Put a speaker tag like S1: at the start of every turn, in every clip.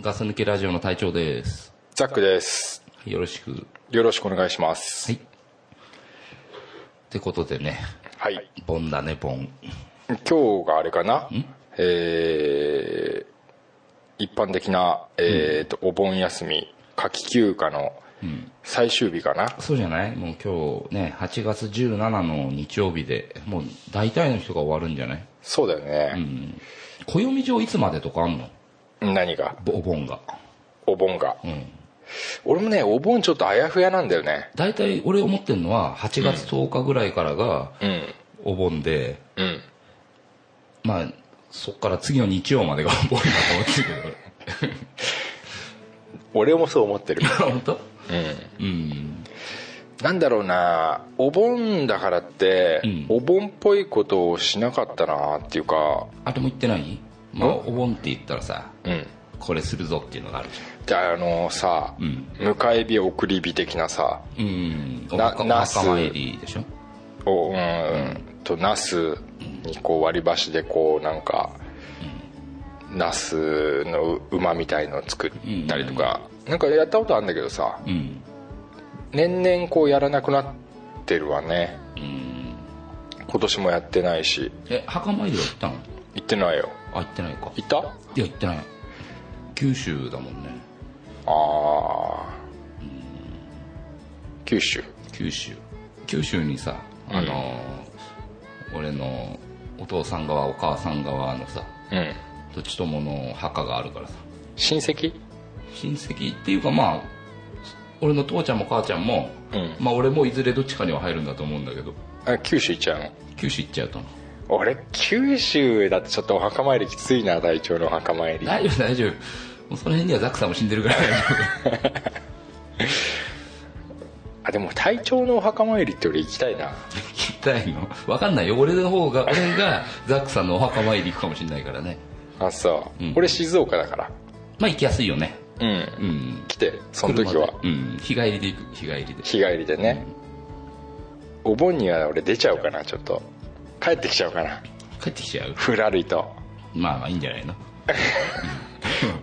S1: ガス抜けラジオの隊長です。
S2: ザックです。
S1: よろしく。は
S2: よろしくお願いします。
S1: い。ってことでね、
S2: はい。
S1: ボンだね、ボン。
S2: 今日があれかなえー、一般的な、えーと、お盆休み、夏季休暇の最終日かな、
S1: そうじゃないもう今日ね、8月17の日曜日で、もう大体の人が終わるんじゃない
S2: そうだよね。
S1: 暦上いつまでとかあんの
S2: 何が
S1: ぼお盆が。
S2: お盆が、
S1: ん
S2: 俺もね、お盆ちょっとあやふやなんだよね。
S1: 大体俺思ってんのは、8月10日ぐらいからが
S2: うん。
S1: お盆で、
S2: うん。
S1: まあ、そっから次の日曜までがお盆だと思ってる
S2: 俺もそう思ってる。
S1: けど。本当
S2: うん。
S1: うん。
S2: なんだろうな、お盆だからって、
S1: うん
S2: お盆っぽいことをしなかったなっていうか、
S1: あれも言ってないまあ、お盆って言ったらさ、
S2: うん。
S1: これするぞっていうのがあるじ
S2: じゃああのさ、
S1: ん
S2: 迎え火送り火的なさ
S1: ゃんうんお
S2: な
S1: 墓お
S2: ナス
S1: 墓参りでしょ
S2: をうん、とナスにこう割り箸でこうなんか、ナスの馬みたいのを作ったりとか、なんかやったことあるんだけどさ
S1: うん
S2: 年々こうやらなくなってるわね、今年もやってないし
S1: え墓参りは行ったの
S2: 行ってないよ
S1: あ行ってないかい
S2: 行ったあ
S1: や行ってない九州だもんね
S2: あー九州
S1: 九州九州にさあのー俺のお父さん側お母さん側のさ
S2: うん
S1: どっちともの墓があるからさ
S2: 親戚
S1: 親戚っていうかまあ俺の父ちゃんも母ちゃんも、
S2: うん
S1: まあ俺もいずれどっちかには入るんだと思うんだけど
S2: あ九州行っちゃうの
S1: 九州行っちゃうと思う
S2: 俺九州だとちょっとお墓参りきついな隊長のお墓参り
S1: 大丈夫大丈夫もうその辺にはザックさんも死んでるから大丈
S2: あでも隊長のお墓参りって俺行きたいな
S1: 夫聞きたいの 分かんないよ俺の方が俺がザックさんのお墓参り行くかもしれないからね
S2: あそう、
S1: うん
S2: 俺静岡だから
S1: まあ行きやすいよね
S2: うん
S1: うん
S2: 来てその時
S1: 車
S2: は
S1: でうん日帰りで行く日帰りで
S2: 日帰りでね、お盆には俺出ちゃうかなちょっと帰ってきちゃうかな
S1: 帰ってきちゃう
S2: ふらりと
S1: まあまあいいんじゃないの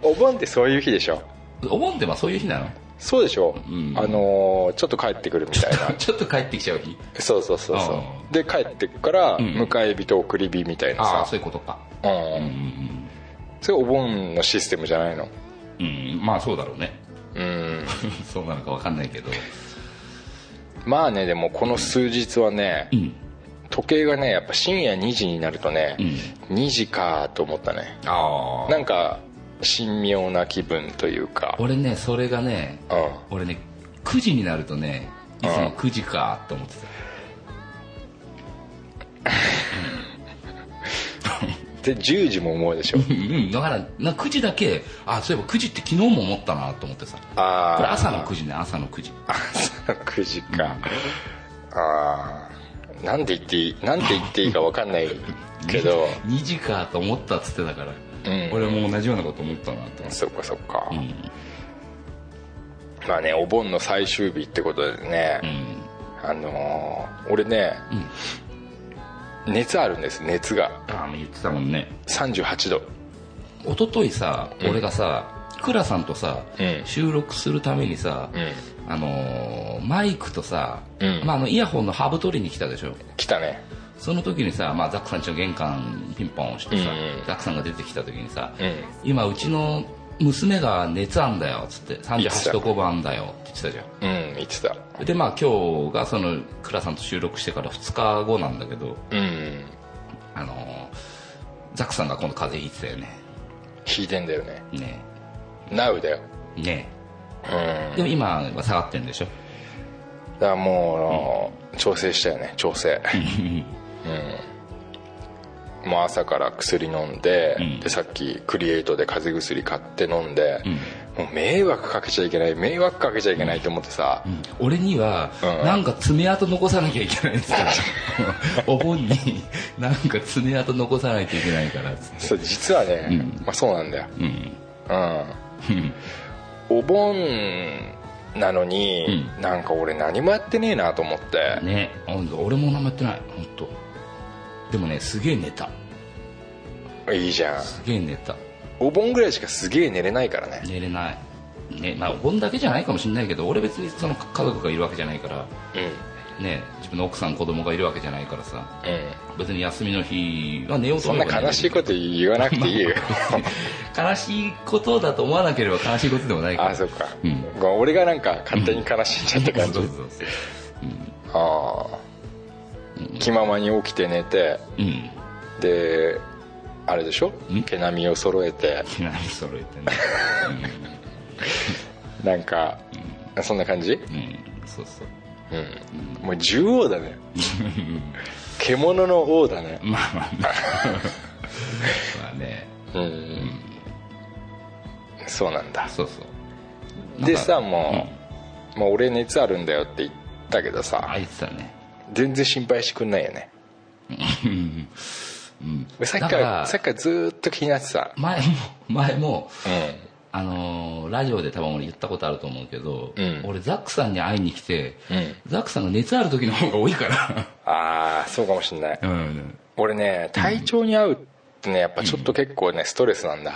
S2: お盆ってそういう日でしょ
S1: お盆ってまあそういう日なの
S2: そうでしょ、
S1: うん
S2: あのーちょっと帰ってくるみたいな
S1: ちょっと帰ってきちゃう日
S2: そうそうそう
S1: あ
S2: そうで帰ってくから
S1: ん
S2: 迎え火と送り火みたいな
S1: ああ
S2: さ
S1: そういうことか
S2: うん、それお盆のシステムじゃないの
S1: うんまあそうだろうね
S2: うん
S1: そうなのか分かんないけど
S2: まあねでもこの数日はね、
S1: うん
S2: 時計がねやっぱ深夜2時になるとね、2時かと思ったね
S1: あ
S2: なんか神妙な気分というか
S1: 俺ねそれがね
S2: うん
S1: 俺ね9時になるとねいつも9時かと思ってた
S2: で10時も思うでしょ
S1: うん、だからな9時だけあそういえば9時って昨日も思ったなと思ってさ
S2: あ
S1: これ
S2: あ
S1: 朝の9時ね朝の9時
S2: 朝の9時か、ああなんて言っていいなんて言っていいか分かんないけど
S1: 2時かと思ったっつってたから、
S2: うん
S1: 俺も同じようなこと思ったなと思って
S2: そっかそっか、
S1: ん
S2: まあねお盆の最終日ってことでね、あのー俺ね、熱あるんです熱が
S1: ああ言ってたもんね
S2: 38度
S1: 一昨日さ俺がさ、クラさんとさ、
S2: うん
S1: 収録するためにさ、あのーマイクとさ、
S2: うん
S1: まあ、あのイヤホンのハブ取りに来たでしょ
S2: 来たね
S1: その時にさ、まあ、ザックさんちの玄関ピンポン押してさ、
S2: うんうん
S1: ザックさんが出てきた時にさ、
S2: うん
S1: 今うちの娘が熱あんだよっつって
S2: 言ってた
S1: 38度5分あんだよって言ってたじゃ
S2: うん言ってた
S1: んでまあ今日がその倉さんと収録してから2日後なんだけど
S2: うん
S1: あのーザックさんが今度風邪ひいてたよね
S2: 引いてんだよね
S1: ね
S2: NOW だよ
S1: えね
S2: うん
S1: えでも今は下がってんでしょ
S2: だからもう、調整したよね調整うんもう朝から薬飲んで,、
S1: ん
S2: でさっきクリエイトで風邪薬買って飲んで、もう迷惑かけちゃいけない迷惑かけちゃいけないと思ってさ、
S1: 俺には
S2: うん
S1: なんか爪痕残さなきゃいけないんですから お盆になんか爪痕残さないといけないからっつって
S2: そう実はね、まあ、そうなんだよ
S1: うん
S2: うん、お盆なのに、なんか俺何もやってねえなと思って、
S1: ねほんと俺も何もやってない本当。でもねすげえ寝た
S2: いいじゃん
S1: すげえ寝た
S2: お盆ぐらいしかすげえ寝れないからね
S1: 寝れないねまあお盆だけじゃないかもしれないけど俺別にその家族がいるわけじゃないからね自分の奥さん子供がいるわけじゃないからさ
S2: うん、うん、別
S1: に休みの日は寝ようと
S2: そん
S1: 思
S2: な
S1: えば寝れる
S2: 悲しいこと言わなくていいよ
S1: 悲しいことだと思わなければ悲しいことでもないから
S2: あそっか、
S1: うん
S2: ごめん俺がなんか勝手に悲しんじゃった感じ
S1: そうそうそう
S2: ああ気ままに起きて寝て
S1: うん
S2: であれでしょ
S1: ん
S2: 毛並みを揃えて
S1: いきなり揃えてね
S2: なんかそんな感じ
S1: うんそうそう
S2: うんもう獣王だね獣の王だね
S1: まあまあまあまあね
S2: うんそうなんだ
S1: そうそう
S2: でさもうもう俺熱あるんだよって言ったけど
S1: あ
S2: さ
S1: 言ってたね
S2: 全然心配してくんないよねさ
S1: だ
S2: っきか
S1: からら
S2: さっきからずーっと気になってた
S1: 前も前も
S2: う
S1: あのーラジオで多分俺言ったことあると思うけど、
S2: うん
S1: 俺ザックさんに会いに来て、
S2: ん
S1: ザックさんが熱ある時の方が多いから
S2: ああ そうかもしんない
S1: うん
S2: 俺ね体調に合うってねやっぱちょっと結構ねストレスなんだ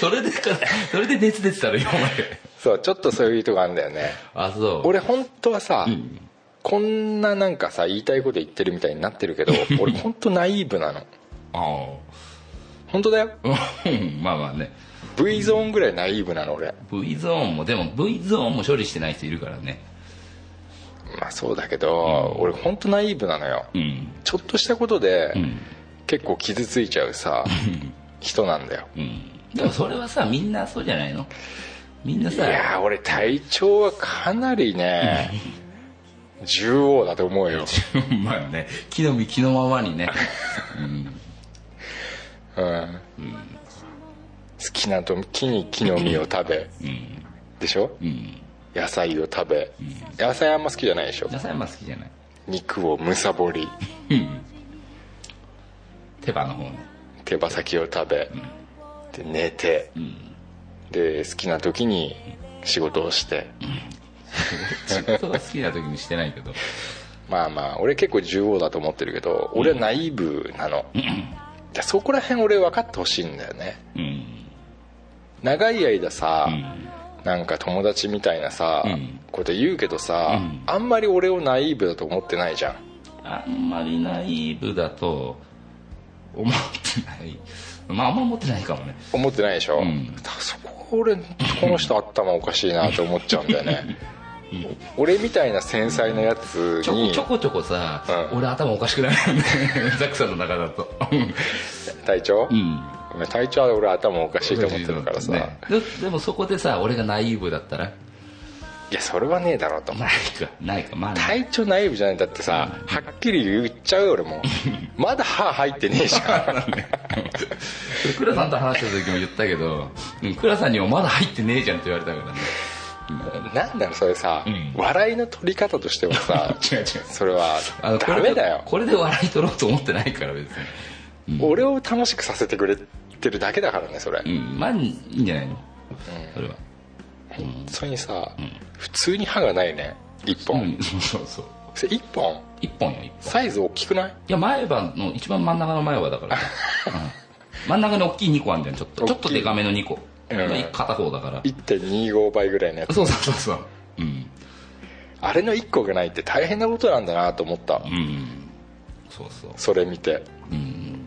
S1: それでかそれで熱出てたら今まで
S2: そうちょっとそういうとこあるんだよね
S1: あそう
S2: 俺本当はさ、こんななんかさ言いたいこと言ってるみたいになってる けど俺本当ナイーブなの
S1: あ
S2: 本当だよ
S1: あうんまあまあね
S2: V ゾーンぐらいナイーブなの俺
S1: V ゾーンもでも V ゾーンも処理してない人いるからね
S2: まあそうだけど、俺本当ナイーブなのよ、
S1: うん
S2: ちょっとしたことで、
S1: ん
S2: 結構傷ついちゃうさ人なんだよ
S1: うんでもそれはさみんなそうじゃないのみんないさ
S2: やー俺体調はかなりね獣王だと思うよ、
S1: まあね木の実木のままにね
S2: うん好きなと木に木の実を食べ、でしょ、
S1: うん
S2: 野菜を食べ、野菜あんま好きじゃないでしょ
S1: 野菜も好きじゃない
S2: 肉をむさぼり
S1: 手羽の方ね
S2: 手羽先を食べ、で寝て、で好きな時に仕事をして、
S1: 仕事が好きな時にしてないけど
S2: まあまあ俺結構獣王だと思ってるけど俺はナイーブなの、いやそこら辺俺分かってほしいんだよね
S1: うん
S2: 長い間さ、
S1: ん
S2: なんか友達みたいなさ、
S1: うん
S2: こと言うけどさ、
S1: うん
S2: あんまり俺をナイーブだと思ってないじゃん
S1: あんまりナイーブだと思ってないまああんま思ってないかもね
S2: 思ってないでしょ、
S1: ん
S2: だからそこが俺この人頭おかしいなと思っちゃうんだよね、俺みたいな繊細なやつ
S1: ちょこ
S2: に
S1: ちょこちょこさ、
S2: うん
S1: 俺頭おかしくないよねザックさんの中だと
S2: 体調、
S1: ん
S2: ごめん体調は俺頭おかしいと思ってるからさ、
S1: ねででもそこでさ俺がナイーブだったら
S2: いやそれはねえだろうと思
S1: な
S2: う
S1: いかないかまあない
S2: 体調ナイーブじゃないだってさ、はっきり言っちゃうよ俺もまだ歯入ってねえじゃ
S1: それ倉さんと話した時も言ったけどうん倉さんにもまだ入ってねえじゃんって言われたからね
S2: んなんだろうそれさ、
S1: ん
S2: 笑いの取り方としてはさ
S1: 違う違う
S2: それは
S1: のこ
S2: ダ
S1: れで
S2: メだよ
S1: これで笑い取ろうと思ってないから別に
S2: 俺を楽しくさせてくれてるだけだからねそれ、
S1: うんまあいいんじゃないの、それは
S2: それにさ、普通に歯がないね1
S1: う
S2: 本、
S1: んそうそうそう
S2: それ1本
S1: 一本よ一本
S2: サイズ大きくない
S1: いや前歯の一番真ん中の前歯だ から、うん真ん中に大きい2個あんじゃんちょっと
S2: 大き
S1: ち
S2: い
S1: ょっとデカめの2個、
S2: うん
S1: 片方だから
S2: 1.25倍ぐらいのやつ
S1: そうそうそうそううん
S2: あれの1個がないって大変なことなんだなと思った、
S1: うんそうそう
S2: それ見て
S1: うん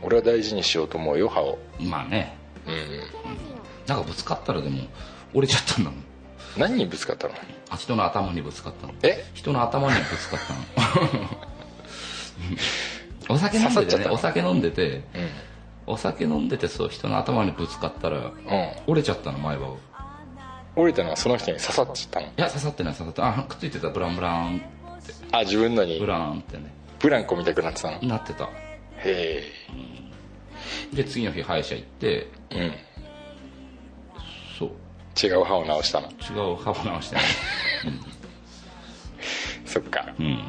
S2: 俺は大事にしようと思うよ歯を
S1: まあね
S2: うん
S1: なんかぶつかったらでも折れちゃったんだもん
S2: 何にぶつかったの
S1: あ人の頭にぶつかったの
S2: え
S1: 人の頭にぶつかったの うんお酒飲んで
S2: 刺さっち
S1: て
S2: ゃっ
S1: ね
S2: たの
S1: お酒飲んでて、お酒飲んでてそう人の頭にぶつかったら
S2: う
S1: 折れちゃったの前歯を
S2: ん折れたのはその人に刺さっちゃったの
S1: いや刺さってない刺さってないあくっついてたブランブラン
S2: あ自分の
S1: ブ
S2: に
S1: ランってね
S2: ブランコみたくなってたのへ
S1: なってた
S2: え
S1: で次の日歯医者行って
S2: うん
S1: そう
S2: 違う歯を直したの
S1: 違う歯を直してない、
S2: そっか
S1: うん、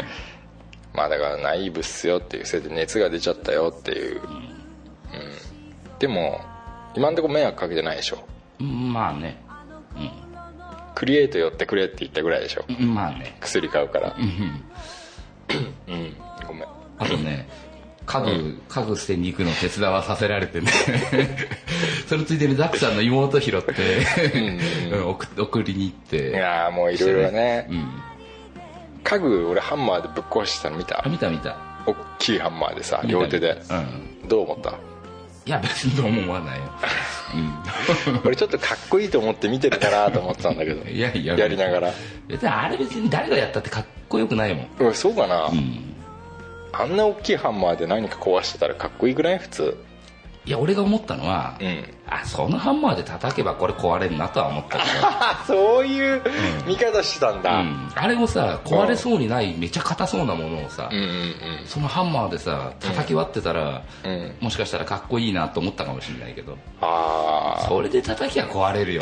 S2: まあだからナイーブっすよっていうせいで熱が出ちゃったよっていう、うん、でも今んとこ迷惑かけてないでしょ
S1: まあね
S2: クリエイト寄ってくれって言ったぐらいでしょ
S1: まあね
S2: 薬買うからうん、ごめん
S1: あとね家具、家具捨てに行くの手伝わさせられてね それついでにザクさんの妹拾ってうん送送りに行って
S2: いやーもういろいろね
S1: うん
S2: 家具俺ハンマーでぶっ壊してたの見た
S1: あ見た見た
S2: 大きいハンマーでさ両手で
S1: 見た見たうん
S2: どう思った
S1: いや別にどうも思わないよ、
S2: 俺ちょっとかっこいいと思って見てるかなと思ってたんだけ ど
S1: いやいや
S2: やりながら
S1: 別にあれ別に誰がやったってかっこよくないもん
S2: うんそうかな、
S1: ん
S2: あんな大きいハンマーで何か壊してたらかっこいいぐらい普通
S1: いや俺が思ったのは、
S2: うん
S1: あそのハンマーで叩けばこれ壊れるなとは思ったけ
S2: あそういう見方してたん
S1: ど、
S2: だ、
S1: う
S2: うん、
S1: んあれをさ壊れそうにないめちゃ硬そうなものをさ、
S2: うん
S1: そのハンマーでさ叩き割ってたら、
S2: うんうん
S1: もしかしたらかっこいいなと思ったかもしれないけど
S2: ああ
S1: それで叩きは壊れる よ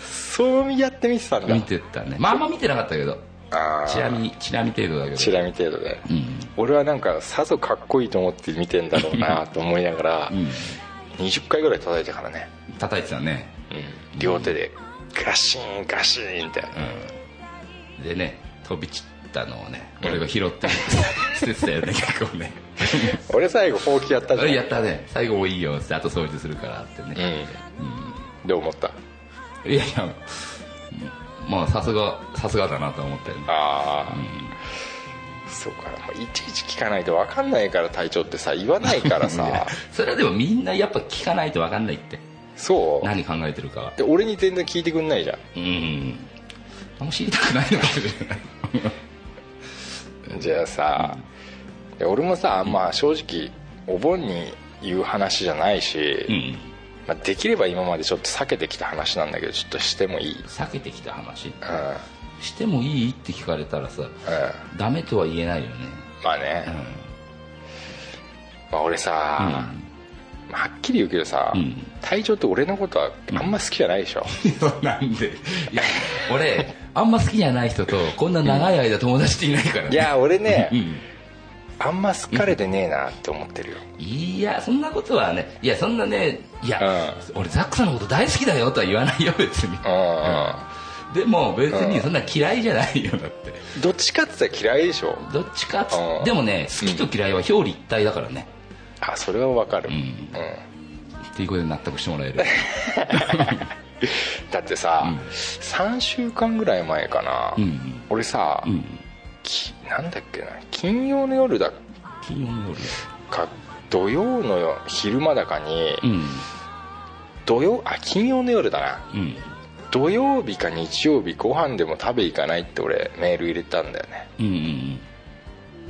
S2: そうやって見てたんだ
S1: 見てたねまああんま見てなかったけど
S2: あ
S1: チラ見チラ見程度だけど
S2: チラ見程度で、
S1: うん
S2: 俺はなんかさぞかっこいいと思って見てんだろうなと思いながら、
S1: ん
S2: 20回ぐらい叩いたからね、
S1: 叩いてたね
S2: うん、両手でガシーンガシーンって、
S1: でね飛び散ったのをね俺が拾って 捨ててたよね結構ね
S2: 俺最後ほうきやったじゃん
S1: やったね最後もいいよってあと掃除するからってね、
S2: うんどう思った
S1: いやいやまあさすがさすがだなと思ったよね
S2: ああ、そうかもういちいち聞かないと分かんないから隊長ってさ言わないからさ
S1: それはでもみんなやっぱ聞かないと分かんないって
S2: そう
S1: 何考えてるかは
S2: で俺に全然聞いてくんないじゃ
S1: うんあんま知りたくないのかもしれない
S2: んじゃあさ、で俺もさ、まあ、正直お盆に言う話じゃないし、
S1: うん
S2: まあ、できれば今までちょっと避けてきた話なんだけどちょっとしてもいい、うん、
S1: 避けてきた話
S2: ま
S1: してもいいって聞かれたらさ、ダメとは言えないよね
S2: あね、まあ、俺さ、まあはっきり言うけどさ、
S1: ん
S2: 隊長って俺のことはあんま好きじゃないでしょ、
S1: なんでいや俺あんま好きじゃない人とこんな長い間友達っていないから、ね
S2: いや俺ね、
S1: うん
S2: あんま好かれてねえなって思ってるよ、
S1: いやそんなことはねいやそんなねいや、俺ザックさんのこと大好きだよとは言わないよ別に
S2: うん
S1: でも別にそんな嫌いじゃないよだって
S2: どっちかって言ったら嫌いでしょ
S1: どっちかっつ
S2: うん
S1: でもね好きと嫌いは表裏一体だからね、
S2: あそれはわかる、うん
S1: っていうことで納得してもらえる
S2: だってさ、3週間ぐらい前かな、
S1: うん
S2: 俺さ、きなんだっけな金曜の夜だ
S1: 金曜の夜
S2: か土曜の昼間だかに、
S1: うん
S2: 土曜あ金曜の夜だな
S1: うん
S2: 土曜日か日曜日ご飯でも食べ行かないって俺メール入れたんだよね
S1: うん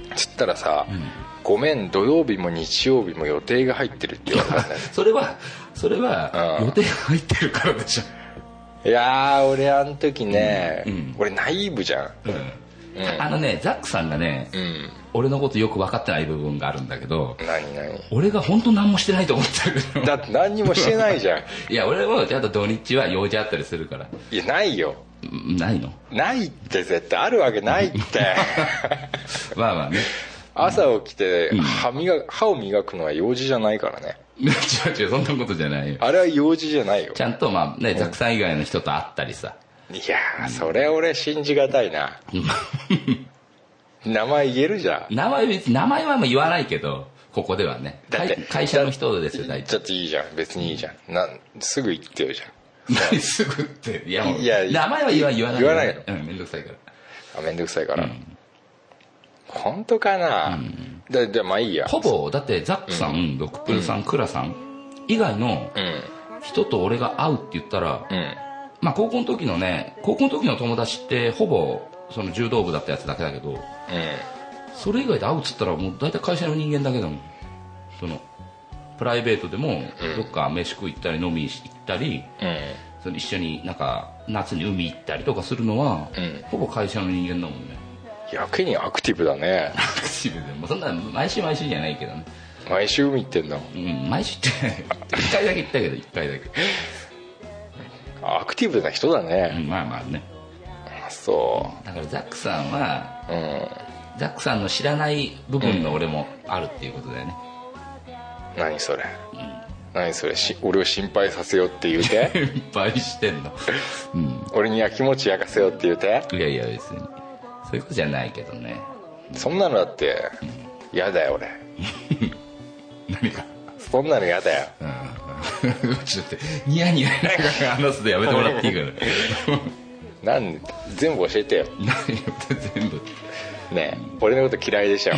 S1: うん
S2: つったらさ、ごめん土曜日も日曜日も予定が入ってるって言われたん だよね
S1: それはそれは
S2: うん
S1: 予定が入ってるからでしょ
S2: いやー俺あの時ね、
S1: うん
S2: 俺ナイーブじゃん
S1: うん
S2: うん
S1: あのねザックさんがね、
S2: うん
S1: 俺のことよく分かってない部分があるんだけど
S2: 何何
S1: 俺が本当何もしてないと思ってる の
S2: だって何にもしてな いじゃん
S1: いや俺もちゃんと土日は用事あったりするから
S2: いやないよ
S1: うんないの
S2: ないって絶対あるわけないって
S1: まあまあね
S2: 朝起きて歯磨く歯を磨くのは用事じゃないからね
S1: 違う違うそんなことじゃないよ
S2: あれは用事じゃないよ
S1: ちゃんとまあねザックさん以外の人と会ったりさ
S2: いやーそれ俺信じがたいな名前言えるじゃん
S1: 名前別に名前はもう言わないけどここではね
S2: だって
S1: 会会社の人ですよ
S2: 言
S1: 大
S2: っ
S1: 体
S2: ちゃっていいじゃん別にいいじゃんなんすぐ言ってよじゃん
S1: すぐっていやもう
S2: いや
S1: 名前は言わ言わない
S2: 言わないの
S1: うんめんどくさいから
S2: あめんどくさいから、本当かな、だじゃあまあいいや
S1: ほぼだってザックさん、ドクプルさん、クラさん以外の
S2: うん
S1: 人と俺が会うって言ったら、
S2: うん
S1: まあ、高校の時のね高校の時の友達ってほぼその柔道部だったやつだけだけどそれ以外で会うっつったらもう大体会社の人間だけだもんそのプライベートでもどっか飯食い行ったり飲み行ったり
S2: うん
S1: その一緒になんか夏に海行ったりとかするのは、
S2: うん
S1: ほぼ会社の人間だもんね
S2: やけにアクティブだね
S1: 口でもそんな毎週毎週じゃないけどね
S2: 毎週海行ってんの
S1: うん毎週って1 回だけ行ったけど1回だけ、
S2: アクティブな人だ
S1: う
S2: ね、
S1: んまあまあね
S2: あそ
S1: だからザックさんは
S2: ううん
S1: ザックさんの知らない部分の俺もあるっていうことだよね、
S2: 何それ、何それし俺を心配させようって言 うて
S1: いっぱいしてんの
S2: 俺にやきもち焼かせようって言うて
S1: いやいや別にそういうことじゃないけどね
S2: そんなのだって嫌だよ俺
S1: 何か
S2: そんなの嫌だよ
S1: うんちょっと待ってニヤニヤしながら話すでやめてもらっていいから
S2: なんで全部教えてよ
S1: 何言って全部
S2: ねえ俺のこと嫌い でしょ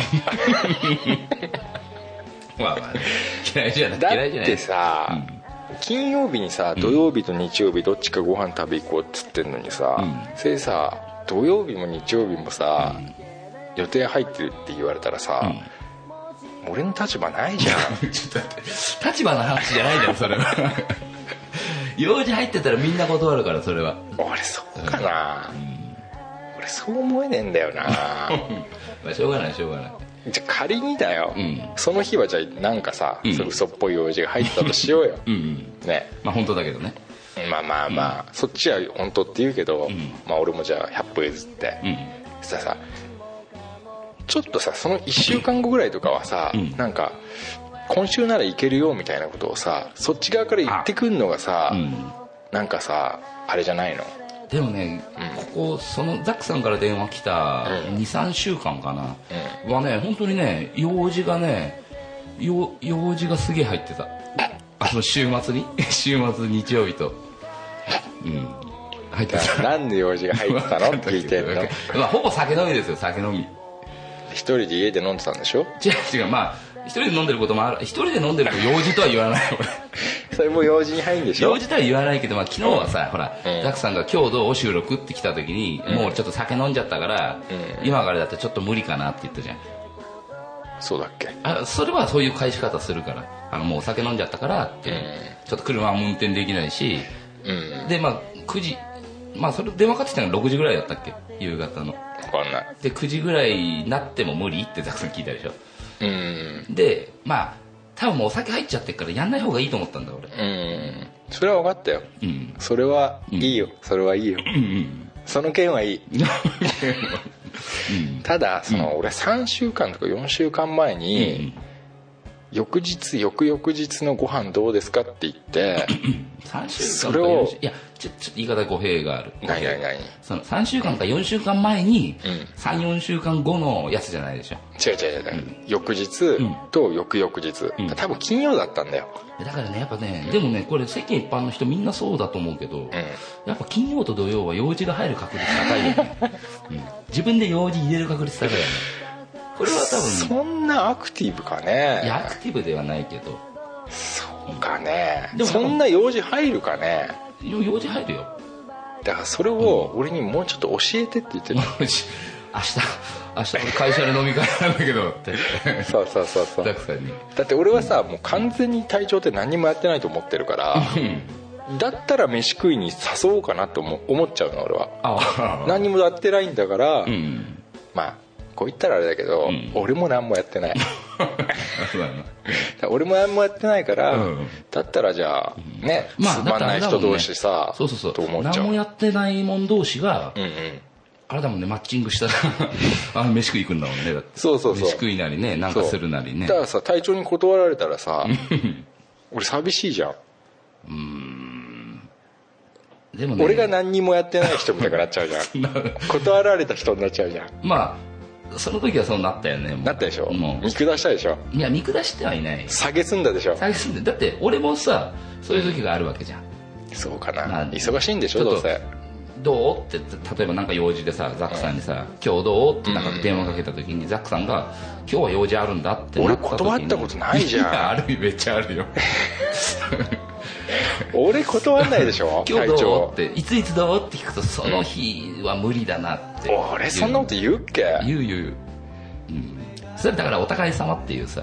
S1: まあまあね嫌いじゃない
S2: だ
S1: 嫌いじゃ
S2: っ
S1: な
S2: て
S1: い
S2: さ、金曜日にさ土曜日と日曜日どっちかご飯食べ行こうっつってんのにさ、それさ土曜日も日曜日もさ、予定入ってるって言われたらさ、俺の立場ないじゃ ん
S1: ちょっと待って立場の話じゃないじゃんそれは用事入ってたらみんな断るからそれは
S2: 俺そうかな、俺そう思えねえんだ よな
S1: まあしょうがないしょうがない
S2: じゃあ仮にだよ、
S1: ん
S2: その日はじゃあなんかさ、
S1: ん
S2: そう嘘っぽい用事が入ってたとしようよ、
S1: うん うん
S2: ね
S1: まあ本当だけどね
S2: まあまあまあ、そっちは本当って言うけど、まあ俺もじゃあ100歩譲って、
S1: うん
S2: そしたらさちょっとさその1週間後ぐらいとかはさ、
S1: ん
S2: なんか今週ならいけるよみたいなことをさそっち側から言ってくんのがさ、
S1: うん
S2: なんかさあれじゃないの
S1: でもね、ここそのザックさんから電話来た
S2: うん
S1: 23週間かな、はね本当にね用事がね用用事がすげえ入ってたあの週末に 週末日曜日とうん入って
S2: だから
S1: た
S2: なんで用事が入ってたのって聞いてんの
S1: まあほぼ酒飲みですよ酒飲み
S2: 一人で家で飲んでたんでしょ
S1: 違う違うまあ一人で飲んでることもある一人で飲んでると用事とは言わない俺
S2: それも用事に入るんでしょ
S1: 用事とは言わないけど、まあ、昨日はさ、ほら、
S2: うん
S1: ザクさんが今日どう収録って来た時に、もうちょっと酒飲んじゃったから、
S2: う
S1: 今からだとちょっと無理かなって言ったじゃん。
S2: そうだっけ
S1: あそれはそういう返し方するから、あの、もうお酒飲んじゃったからって、
S2: うん
S1: ちょっと車も運転できないし、
S2: うん
S1: で、まあ、9時、まあ、それ電話かかってきたのが6時ぐらいだったっけ夕方の。
S2: 分かんない
S1: で、9時ぐらいになっても無理ってザクさん聞いたでしょ。
S2: うん
S1: で、まあ、多分もうお酒入っちゃってるからやんない方がいいと思ったんだ、俺。
S2: うんそれは分かったよ
S1: うん。
S2: それはいいよ、それはいいよ、その件はいい ただその俺3週間とか4週間前に翌日翌々日のご飯どうですかって言 って
S1: 3週
S2: そ
S1: 間
S2: れ
S1: と
S2: を
S1: か4週いやちょちょっと言い方語弊がある
S2: 何何何違う
S1: その3週間か4週間前に、
S2: うん
S1: 34週間後のやつじゃないでしょ
S2: 違う違う、翌日と翌々日、
S1: ん
S2: 多分金曜だったんだよ
S1: だからねやっぱねでもねこれ世間一般の人みんなそうだと思うけど、やっぱ金曜と土曜は用事が入る確率高いよ ね、うん自分で用事入れる確率高いよねこれは多分
S2: そんなアクティブか
S1: いやア
S2: ね
S1: クティブではないけど
S2: そうかね
S1: でも
S2: そんな用事入るかね
S1: よ用事入るよ
S2: だからそれを俺にもうちょっと教えてって言ってる
S1: 明日明日俺会社で飲み会なんだけど って
S2: そうそうそうそう
S1: ザクさんに
S2: だって俺はさもう完全に体調って何もやってないと思ってるからだったら飯食いに誘おうかなと思思っちゃうの俺は
S1: ああ
S2: 何もやってないんだから、
S1: うん
S2: まあこう言ったらあれだけど、
S1: ん
S2: 俺も何もやって ない
S1: そうだよな
S2: 俺も何もやってないから、
S1: うん
S2: だったらじゃあね、
S1: まあ
S2: つまんない
S1: だってあれだも
S2: 人
S1: んね
S2: 同士さ、
S1: そうそうそう
S2: と思っちゃ
S1: 何
S2: う
S1: もやってないもん同士が、
S2: うんうん
S1: あれだもんねマッチングしたら あ飯食い行くんだもんねだって
S2: そうそうそう
S1: 飯食いなりねなんかするなりね
S2: だからさ体調に断られたらさ俺寂しいじゃん
S1: でもね
S2: 俺が何にもやってない人みたいになっちゃうじゃん 断られた人になっちゃうじゃん
S1: まあその時はそうなったよねもう
S2: なったでしょ
S1: も
S2: 見下したでしょ
S1: ういや見下してはいない
S2: 下げすんだでしょ
S1: 下げすんでだって俺もさそういう時があるわけじゃん
S2: そうかな、
S1: まあ
S2: 忙しいんでしょ
S1: ちょっ
S2: ど
S1: と
S2: うせ
S1: どうって例えばなんか用事でさザックさんにさ「今日どう?」ってなんか電話かけた時にザックさんが「今日は用事あるんだ」ってなった時に
S2: 俺断ったことないじゃん
S1: やある意味めっちゃあ るよ
S2: 俺断んないでしょ
S1: 今日
S2: 隊
S1: どう
S2: 長
S1: っていついつどうって聞くとその日は無理だなって
S2: 俺そんなこと言うっけ
S1: 言う言う言う、うん、それだからお互い様っていうさ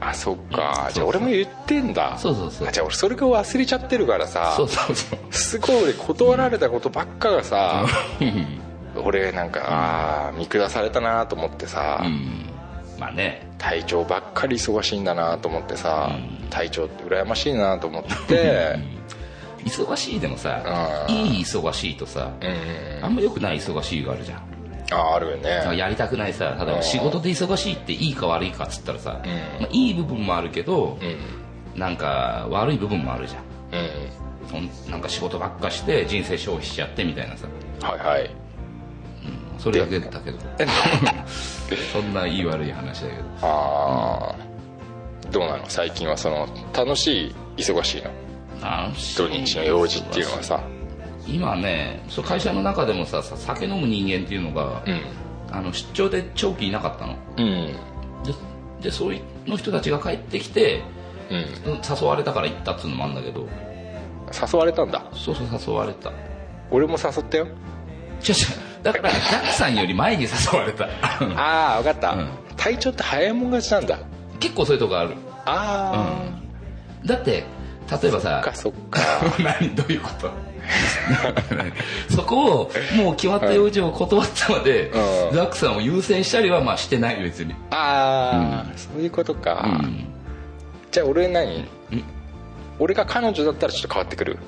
S2: あそっか
S1: うん
S2: じゃあ俺も言ってんだ
S1: そうそうそう
S2: あじゃあ俺それが忘れちゃってるからさ
S1: そうそうそう
S2: すごい俺断られたことばっかがさ、俺なんかああー見下されたなと思ってさ、
S1: うんまあね
S2: 体調ばっかり忙しいんだなと思ってさ、体調って羨ましいなと思 って、
S1: 忙しいでもさ
S2: あー
S1: いい忙しいとさ
S2: うんうん、
S1: あんま良くない忙しいがあるじゃん
S2: ああるよ
S1: だから
S2: ね
S1: やりたくないさ例えば仕事で忙しいっていいか悪いかっつったらさ、
S2: うん
S1: まあ、いい部分もあるけど
S2: うん
S1: なんか悪い部分もあるじゃん
S2: うん
S1: そんなんか仕事ばっかして人生消費しちゃってみたいなさ
S2: はいはい
S1: それだけだけど そんないい悪い話だけど
S2: ああどうなの最近はその楽しい忙しいの
S1: 楽しい
S2: 土日の用事っていうのはさ
S1: 今ねそう会社の中でもささ酒飲む人間っていうのが、
S2: うん
S1: あの出張で長期いなかったの
S2: うん
S1: ででそういうの人たちが帰ってきて
S2: うん
S1: 誘われたから行ったっつうのもあるんだけど
S2: 誘われたんだ
S1: そうそう誘われた違う
S2: 俺も誘ったよ
S1: 違うだからジャックさんより前に誘われた
S2: ああ分かった、
S1: うん
S2: 体調って早いもん勝ちなんだ
S1: 結構そういうとこある
S2: あ
S1: だって例えば
S2: あ、
S1: さ
S2: そっかそっか
S1: 何どういうこと そこをもう決まった用事を断ったまで、
S2: うん
S1: ザックさんを優先したりはまあしてない別に
S2: ああ、そういうことか、
S1: うん
S2: じゃあ俺何、俺が彼女だったらちょっと変わってくる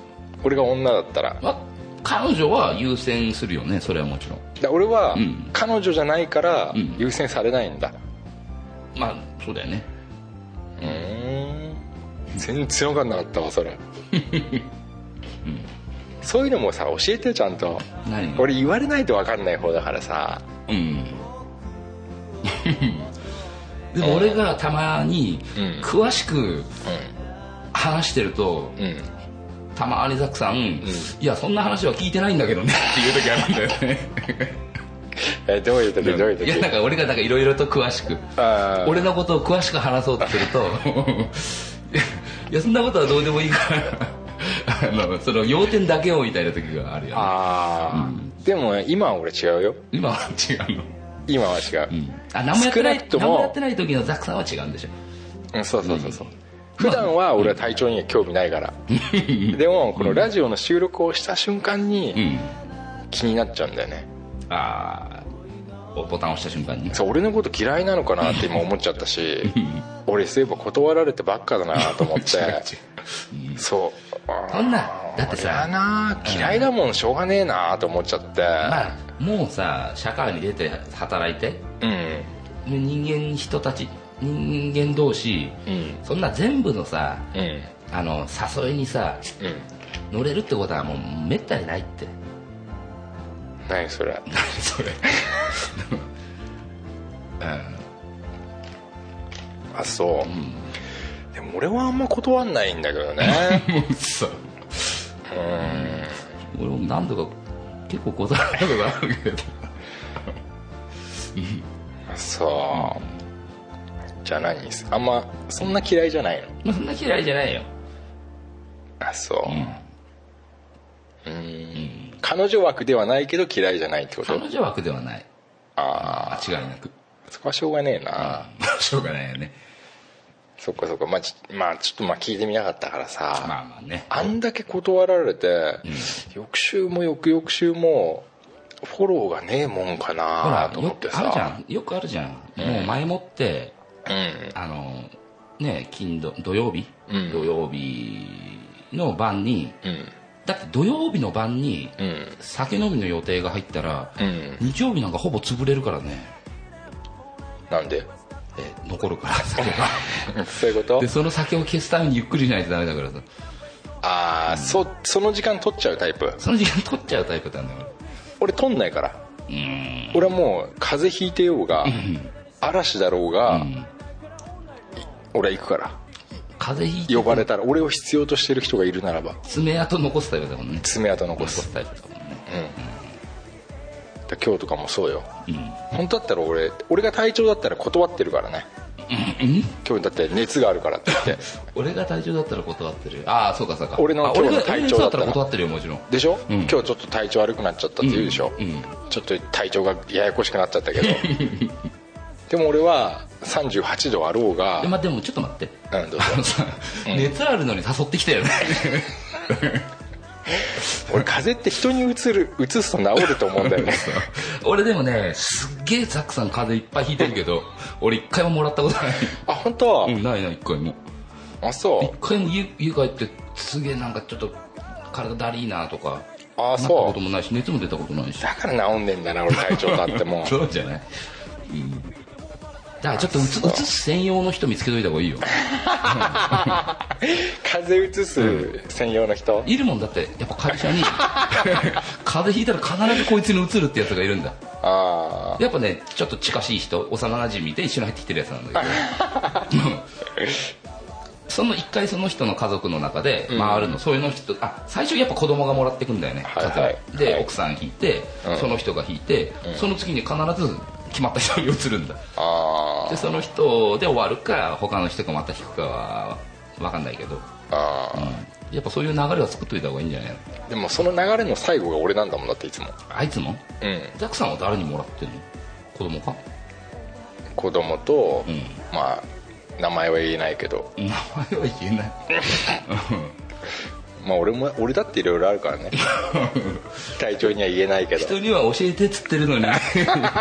S2: 俺が女だったらだか
S1: まあ彼女は優先するよねそれはもちろん
S2: ら俺は
S1: うん
S2: 彼女じゃないから
S1: ん
S2: 優先されないんだ
S1: まあそうだよね
S2: うーん全然分かんなかったわそれ、 そういうのもさ教えてちゃんと
S1: 何が
S2: 俺言われないと分かんない方だからさ
S1: うん でも俺がたまに
S2: うん
S1: 詳しく話してると
S2: うんうん
S1: たまにザックさん、いやそんな話は聞いてないんだけどね っていう時あるんだよ ね
S2: えどういう時どういう
S1: いや
S2: 時
S1: なんか俺がなんかいろいろと詳しく
S2: あー
S1: 俺のことを詳しく話そうとすると いやそんなことはどうでもいいから あのその要点だけをみたいな時があるよ、ね、
S2: あーでも今は俺違うよ
S1: 今は違うの、
S2: 今は違う、
S1: あ何もやってな
S2: 少ないくと
S1: 何
S2: も
S1: もやってない時のザックさんは違うんでしょ
S2: うん、そうそうそうそう、普段は俺は体調には興味ないからでもこのラジオの収録をした瞬間
S1: う
S2: に
S1: ん
S2: 気になっちゃうんだよね
S1: ああボタンを押した瞬間に
S2: そう俺のこと嫌いなのかなって今思っちゃったし俺そういえば断られてばっかだなと思っ
S1: 違う違
S2: てそうあー
S1: そんなだってさ
S2: 俺はな嫌いだもんしょうがねえなと思っちゃって、
S1: まあもうさ社会に出て働いて
S2: うん
S1: 人間人たち人間同士、
S2: うん
S1: そんな全部のさ
S2: うん
S1: あの誘いにさ
S2: うん
S1: 乗れるってことはもうめったにないって
S2: 何それ
S1: 何それ
S2: あそう、でも俺はあんま断んないんだけどね
S1: もうさ俺も何度か結構断られたことあるけど
S2: あそうじゃあ何あんまそんな嫌いじゃない
S1: ま
S2: の
S1: あそんな嫌いじゃないよ
S2: あそううん彼女枠ではないけど嫌いじゃないってこと
S1: 彼女枠ではない
S2: ああ
S1: 間違いなく
S2: そこはしょうがねえな
S1: あ あしょうがないよね
S2: そっかそっかまあち,、まあ、ちょっとまあ聞いてみなかったからさ、
S1: まあまあね
S2: あんだけ断られて、翌週も翌々週もフォローがねえもんか
S1: ほ
S2: な
S1: ら
S2: と思
S1: よ
S2: って
S1: く
S2: さ
S1: あるじゃんよくあるじゃん、もう前もってあのね金土土曜日、
S2: うん
S1: 土曜日の晩に
S2: うん
S1: だって土曜日の晩に
S2: うんうん
S1: 酒飲みの予定が入ったら、
S2: うん
S1: 日曜日なんかほぼ潰れるからね
S2: なんで
S1: え残るから酒が
S2: そういうこと
S1: でその酒を消すためにゆっくりしないとダメだからさ
S2: ああそその時間取っちゃうタイプ
S1: その時間取っちゃうタイプなんだよ
S2: 俺取んないから
S1: 俺うーん
S2: 俺はもう風邪ひいてようが嵐だろうが、俺は行くから
S1: 風邪ひいて
S2: 呼ばれたら俺を必要としてる人がいるならば
S1: 爪痕残すタイプだもんね
S2: 爪痕 残
S1: 残
S2: す
S1: すタイプだもんね
S2: だ今日とかもそうよ、本当だったら俺俺が体調だったら断ってるからね、今日だって熱があるからって言って
S1: 俺が体調だったら断ってるああそうかそうか
S2: 俺の
S1: あ
S2: 今日の
S1: 俺が
S2: 体調だったら
S1: 俺の人断ってるよもちろん
S2: でしょ、
S1: ん
S2: 今日ちょっと体調悪くなっちゃったって言うでしょ、
S1: うん
S2: ちょっと体調がややこしくなっちゃっ たけどでも俺は38度あろうが
S1: で,、まあ、でもちょっと待って
S2: うん、どうぞ
S1: あのさ、熱あるのに誘ってきたよね
S2: 俺風邪って人にうつるうつすと治ると思う んだよね
S1: 俺でもねすっげえザックさん風邪いっぱいひいてるけど俺一回ももらったことない
S2: あ本当、
S1: うんないない一回も
S2: あそ
S1: 一回も家家帰ってすげえなんかちょっと体だりーなとか
S2: うあ
S1: なったこ
S2: そ
S1: と
S2: う
S1: もないし熱も出たことないし
S2: だから治んねえんだな俺体調だっても う
S1: そうじゃない、うんだからちょっとうつうつす専用の人見つけといた方がいいよ
S2: 風邪うつす専用の人、
S1: いるもんだってやっぱ会社に風邪ひいたら必ずこいつにうつるってやつがいるんだ
S2: ああ
S1: やっぱねちょっと近しい人幼なじみで一緒に入ってきてるやつなんだ けどうんその一回その人の家族の中で回るの、そういうの人あ最初やっぱ子供がもらってくんだよね、
S2: はいはい
S1: 家庭で、
S2: はい
S1: 奥さん引いて、
S2: うん
S1: その人が引いて、その次に必ず決まった人に移るんだ
S2: ああ
S1: でその人で終わるか他の人がまた引くかは分かんないけど、
S2: ああ
S1: うんやっぱそういう流れは作っといた方がいいんじゃないの
S2: ーでもその流れの最後が俺なんだもんだっていつも
S1: あいつも
S2: うん
S1: ザクさんは誰にもらってんの子供か
S2: 子供と、
S1: うん
S2: まあ名前は言えないけど
S1: 名前は言えない
S2: まあ俺も俺だっていろいろあ るからね体調には言えないけど
S1: 人には教えてっつってるのに 自分だけ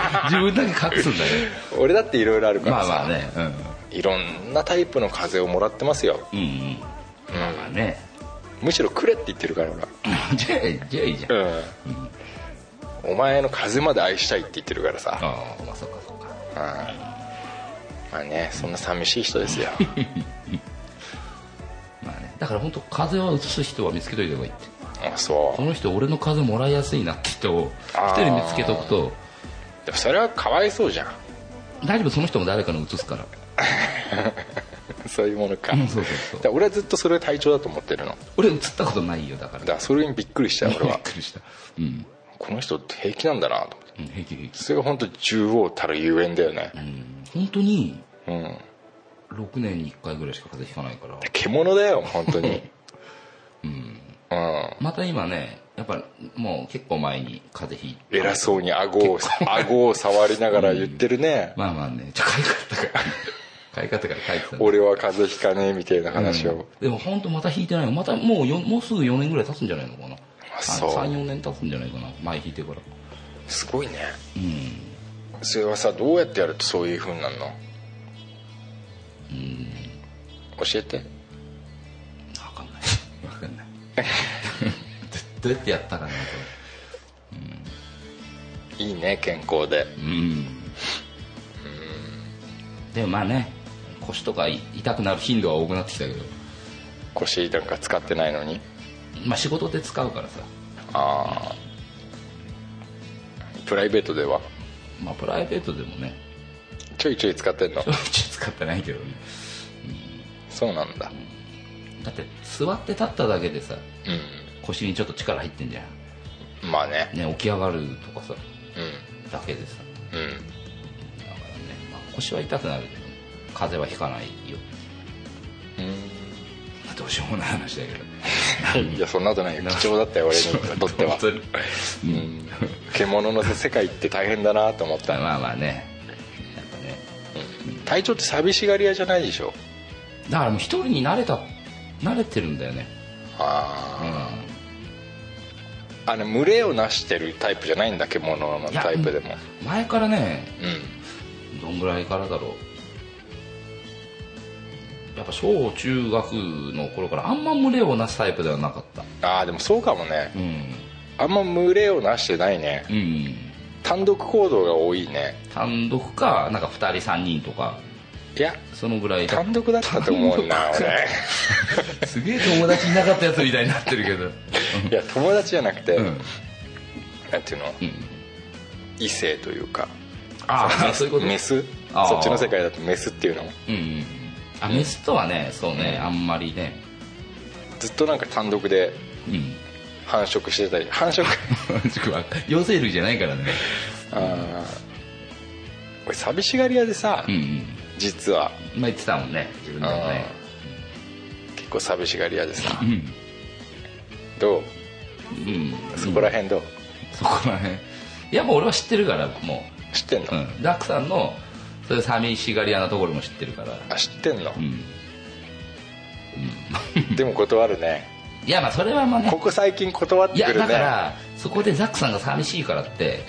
S1: 隠すんだよ
S2: 俺だっていろいろあるから
S1: まあ
S2: さ、
S1: まあね
S2: いろんなタイプの風をもらってますよ、
S1: うんうんうんまあね
S2: むしろくれって言ってるから俺は
S1: じゃあじゃあいいじゃん
S2: うん、お前の風まで愛したいって言ってるからさ、
S1: ああまあそうかそうか
S2: うんまあねそんな寂しい 人ですよ
S1: まあねだから本当風邪を移す人は見つけといた方がいいって
S2: あそ
S1: この人俺の風邪もらいやすいなって人を
S2: あー
S1: 一人見つけとくと
S2: うでもそれはかわいそうじゃん
S1: 大丈夫その人も誰かに移すから
S2: そういうものか,、
S1: うんそうそうそう
S2: 俺はずっとそれを体調だと思ってるの
S1: 俺移ったことないよだから
S2: だからそれにびっくりしたよ俺
S1: びっ
S2: は
S1: くりしたうん
S2: この人って平気なんだなと思
S1: うん
S2: って
S1: 平気平気
S2: それが本当中央たるゆえんだよね
S1: うん本当に
S2: うん
S1: 6年に1回ぐらいしか風邪ひかないから
S2: 獣だよ本当 にうん
S1: また今ねやっぱもう結構前に風邪ひいて
S2: 偉そうに顎を顎を触りながら言ってるね、
S1: まあまあねちょ買い方から買い方から書いてたんだ
S2: 俺は風邪ひかねえみたいな話を、
S1: でも本当また引いてないのまたもうよもうすぐ4年ぐらい経つんじゃないのかな
S2: あそう
S1: 34年経つんじゃないかな前引いてから
S2: すごいね
S1: うん
S2: それはさどうやってやるとそういう風になるの教えて
S1: 分かんない分かんないどどうやってやったかなこ
S2: いいね健康で
S1: れうんでもまあね腰とかい痛くなる頻度は多くなってきたけど
S2: 腰なんか使ってないのに
S1: まあ仕事で使うからさ
S2: ああプライベートでは
S1: まあプライベートでもね
S2: ちょいちょい使ってんの
S1: ちょいちょい使ってないけどね
S2: そうなんだ
S1: だって座って立っただけでさ
S2: う
S1: 腰にちょっと力入ってんじゃん
S2: んまあね
S1: ね起き上がるとかさ
S2: う
S1: だけでさ
S2: んうん
S1: だからね、まあ、腰は痛くなるけど風邪はひかないよまあどうしようもない話だけど
S2: いやそんなことないよ貴重だったよ俺にとっては
S1: 本当に
S2: うん獣の世界って大変だなと思った
S1: まあまあねやっぱね
S2: 体調って寂しがり屋じゃないでしょ
S1: だからもう一人に慣れた慣れてるんだよね
S2: あ
S1: うん
S2: ああの群れをなしてるタイプじゃないんだ獣のタイプでも
S1: 前からね
S2: う
S1: どんぐらいからだろうやっぱ小中学の頃からあんま群れをなすタイプではなかった
S2: んああでもそうかもね
S1: うん
S2: あんま群れをなしてないね
S1: うん
S2: 単独行動が多いね
S1: 単独かなんか2人3人とか
S2: いや
S1: そのぐらいだ
S2: 単独だったと思うな俺
S1: すげえ友達いなかったやつみたいになってるけど
S2: いや友達じゃなくて、
S1: うん
S2: なんていうの、
S1: ん
S2: 異性というか
S1: ああそういうこと
S2: メス
S1: あー
S2: そっちの世界だとメスっていうの
S1: うんうんあメスとはねそうねあんまりね
S2: ずっとなんか単独で
S1: うん
S2: 繁殖してたり繁殖
S1: 両生類じゃないからね
S2: あー俺寂しがり屋でさ、
S1: うんうん
S2: 実は
S1: 今言ってたもんね自分でもね
S2: 結構寂しがり屋でさ
S1: うん
S2: ど
S1: うん
S2: うそこら辺どう、
S1: そこら辺いやもう俺は知ってるからも
S2: 知ってんの、
S1: う、うん、ダックさんのそういう寂しがり屋なところも知ってるから
S2: あ知ってんの
S1: う、ん
S2: でも断るね
S1: いやまあそれはまあ
S2: こ
S1: ね
S2: こ最近断っ
S1: い
S2: てく
S1: や
S2: るね
S1: だからそこでザックさんが寂しいからって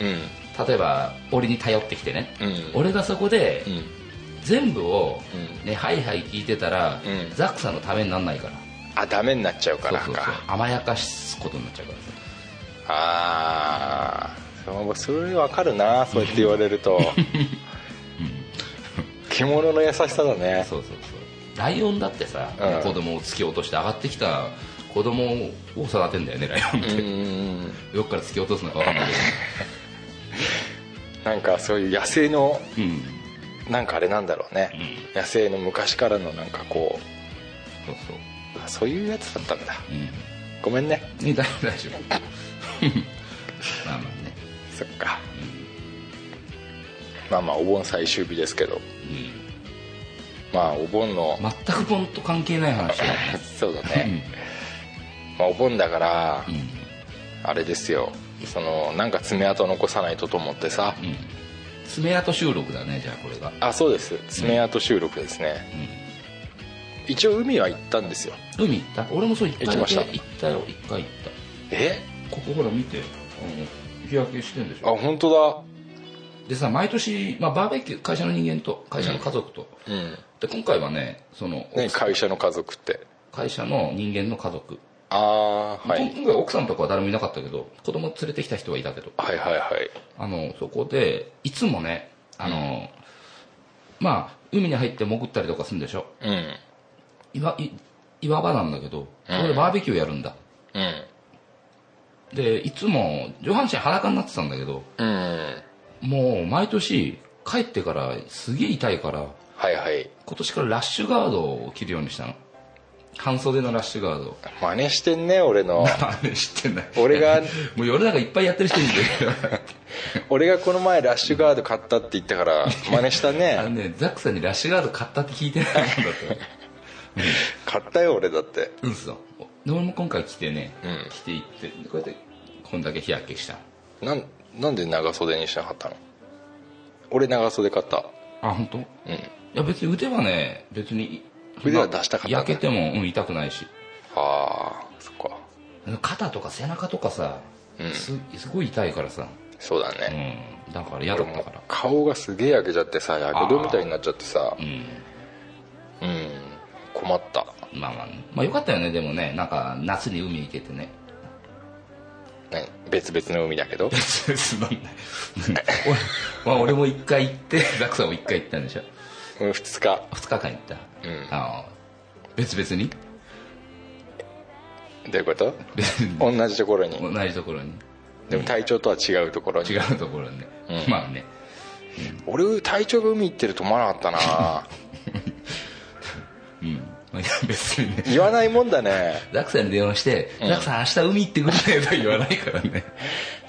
S2: う
S1: 例えば俺に頼ってきてね、
S2: うん
S1: 俺がそこで
S2: んうん
S1: 全部を、
S2: う
S1: ねハイハイ聞いてたら、
S2: うん
S1: ザックさんのためにならないから
S2: あダメになっちゃうからか
S1: そうそうそう甘やかすことになっちゃうからさ
S2: ああそうそれ分かるなそうやって言われる と獣の優しさだね
S1: そうそうそうライオンだってさ、
S2: うん
S1: 子供を突き落として上がってきた子供を育てんだよねライオンっ
S2: う
S1: て、
S2: ん
S1: どっから突き落とすのか分かんないけ
S2: なんかそういう野生の
S1: うん
S2: なんかあれなんだろうね、野生の昔からのなんかこ
S1: そうそう
S2: うあそういうやつだったんだ
S1: うん
S2: ごめんね
S1: ね大丈夫大丈夫 まあまあね
S2: そっか、まあまあお盆最終日ですけどまあお盆の、
S1: 全くポンと関係ない話だよ
S2: そうだね、
S1: ね
S2: まあ、お盆だから、
S1: うん
S2: あれですよそのなんか爪痕残さないとと思ってさ、
S1: うんうん爪痕収録だねじゃあこれが
S2: あそうです爪痕収録ですね、一応海は行ったんですよ
S1: 海行った俺もそう行った
S2: 行きました
S1: だけ行ったよ一回行っ
S2: え
S1: たここほら見てあの日焼けしてんでし
S2: あ
S1: ょ
S2: 本当
S1: でさ毎年、まあ、バーベキュー会社の人間と会社の家族と、
S2: だうん
S1: で今回はねその
S2: 何
S1: 奥さん
S2: 会社の家族って
S1: 会社の人間の家族、
S2: ああ、はい、
S1: 今回奥さんとかは誰もいなかったけど子供連れてきた人はいたけど
S2: はいはいはい
S1: あのそこでいつもねあの、まあ海に入って潜ったりとかするんでしょ
S2: うん
S1: 岩い岩場なんだけどそこでバーベキューやるんだ、
S2: うん
S1: でいつも上半身裸になってたんだけど
S2: うん
S1: もう毎年帰ってからすげえ痛いから
S2: はいはい
S1: 今年からラッシュガードを着るようにしたの半袖のラッシュガードを
S2: 真似してんね俺の
S1: 真似してない
S2: 俺が
S1: もう世の中いっぱいやってる人いるんだ けど
S2: 俺がこの前ラッシュガード買ったって言ったから真似した
S1: あの
S2: ね
S1: ねザックさんにラッシュガード買ったって聞いてないんだって
S2: 買ったよ俺だって
S1: うんすよで俺も今回着てね、
S2: うん
S1: 着ていってでこうやってこんだけ日焼けした
S2: なんなんで長袖にしなかったの俺長袖買った
S1: あ本当？い
S2: うん
S1: や別に腕はね別に
S2: 腕は出したかったんだ
S1: 焼けても、うん、痛くないし
S2: ああそっか
S1: 肩とか背中とかさ、すすごい痛いからさ、
S2: そうだ
S1: う
S2: ね、
S1: ん、だから嫌だったから
S2: 顔がすげえ焼けちゃってさやけどみたいになっちゃってさ
S1: うん
S2: うん困った
S1: まあまあ、まあよかったよねでもねなんか夏に海行けてね
S2: 何別々の海だけ ど
S1: すまんない俺,、まあ、俺も一回行ってザクさんも一回行ったんでしょ
S2: うん2日
S1: 二日間行った、
S2: うん
S1: あの別々に
S2: どういうこと
S1: 別に
S2: 同じところに
S1: 同じところに
S2: でも体調とは違うところに
S1: 違うところにね、
S2: うん
S1: まあね
S2: 俺体調が海行ってると思わなかったな
S1: うんまあいや別にね
S2: 言わないもんだね
S1: ザクさんに電話して「
S2: ん
S1: ザクさん明日海行ってくれ」とは言わないからね
S2: だか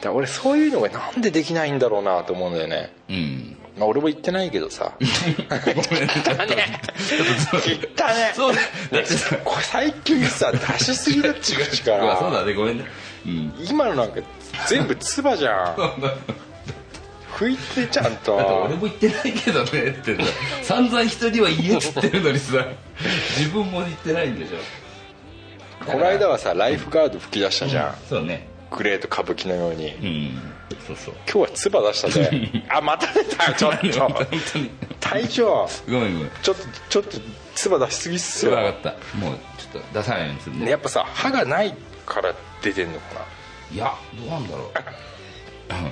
S2: ら俺そういうのがなんでできないんだろうなと思うんだよね
S1: うん
S2: まあ俺も行ってないけどさ
S1: ごめんねちょっと
S2: 行ったね
S1: そう だだってさ
S2: これ最近さ出しすぎだっちゅう か
S1: うわ
S2: ら
S1: そうだねごめんねうん
S2: 今のなんか全部ツバじゃん 拭いてちゃんと
S1: だって俺も言ってないけどねって さ散々人には言えっつってるのにさ 自分も言ってないんでしょ
S2: この間はさライフガード吹き出したじゃん、
S1: そうね
S2: グレート歌舞伎のように、
S1: う
S2: 今
S1: んそうそう
S2: 日は唾出し たぜあまた出たちょっ
S1: 本
S2: と
S1: 当に
S2: 隊長
S1: ごめんごめん
S2: ちょっとちょっと唾出しすぎっす
S1: 分
S2: よ
S1: かったもうちょっと出さないようにするね
S2: やっぱさ歯がないから出てんのかない
S1: やどうなんだろう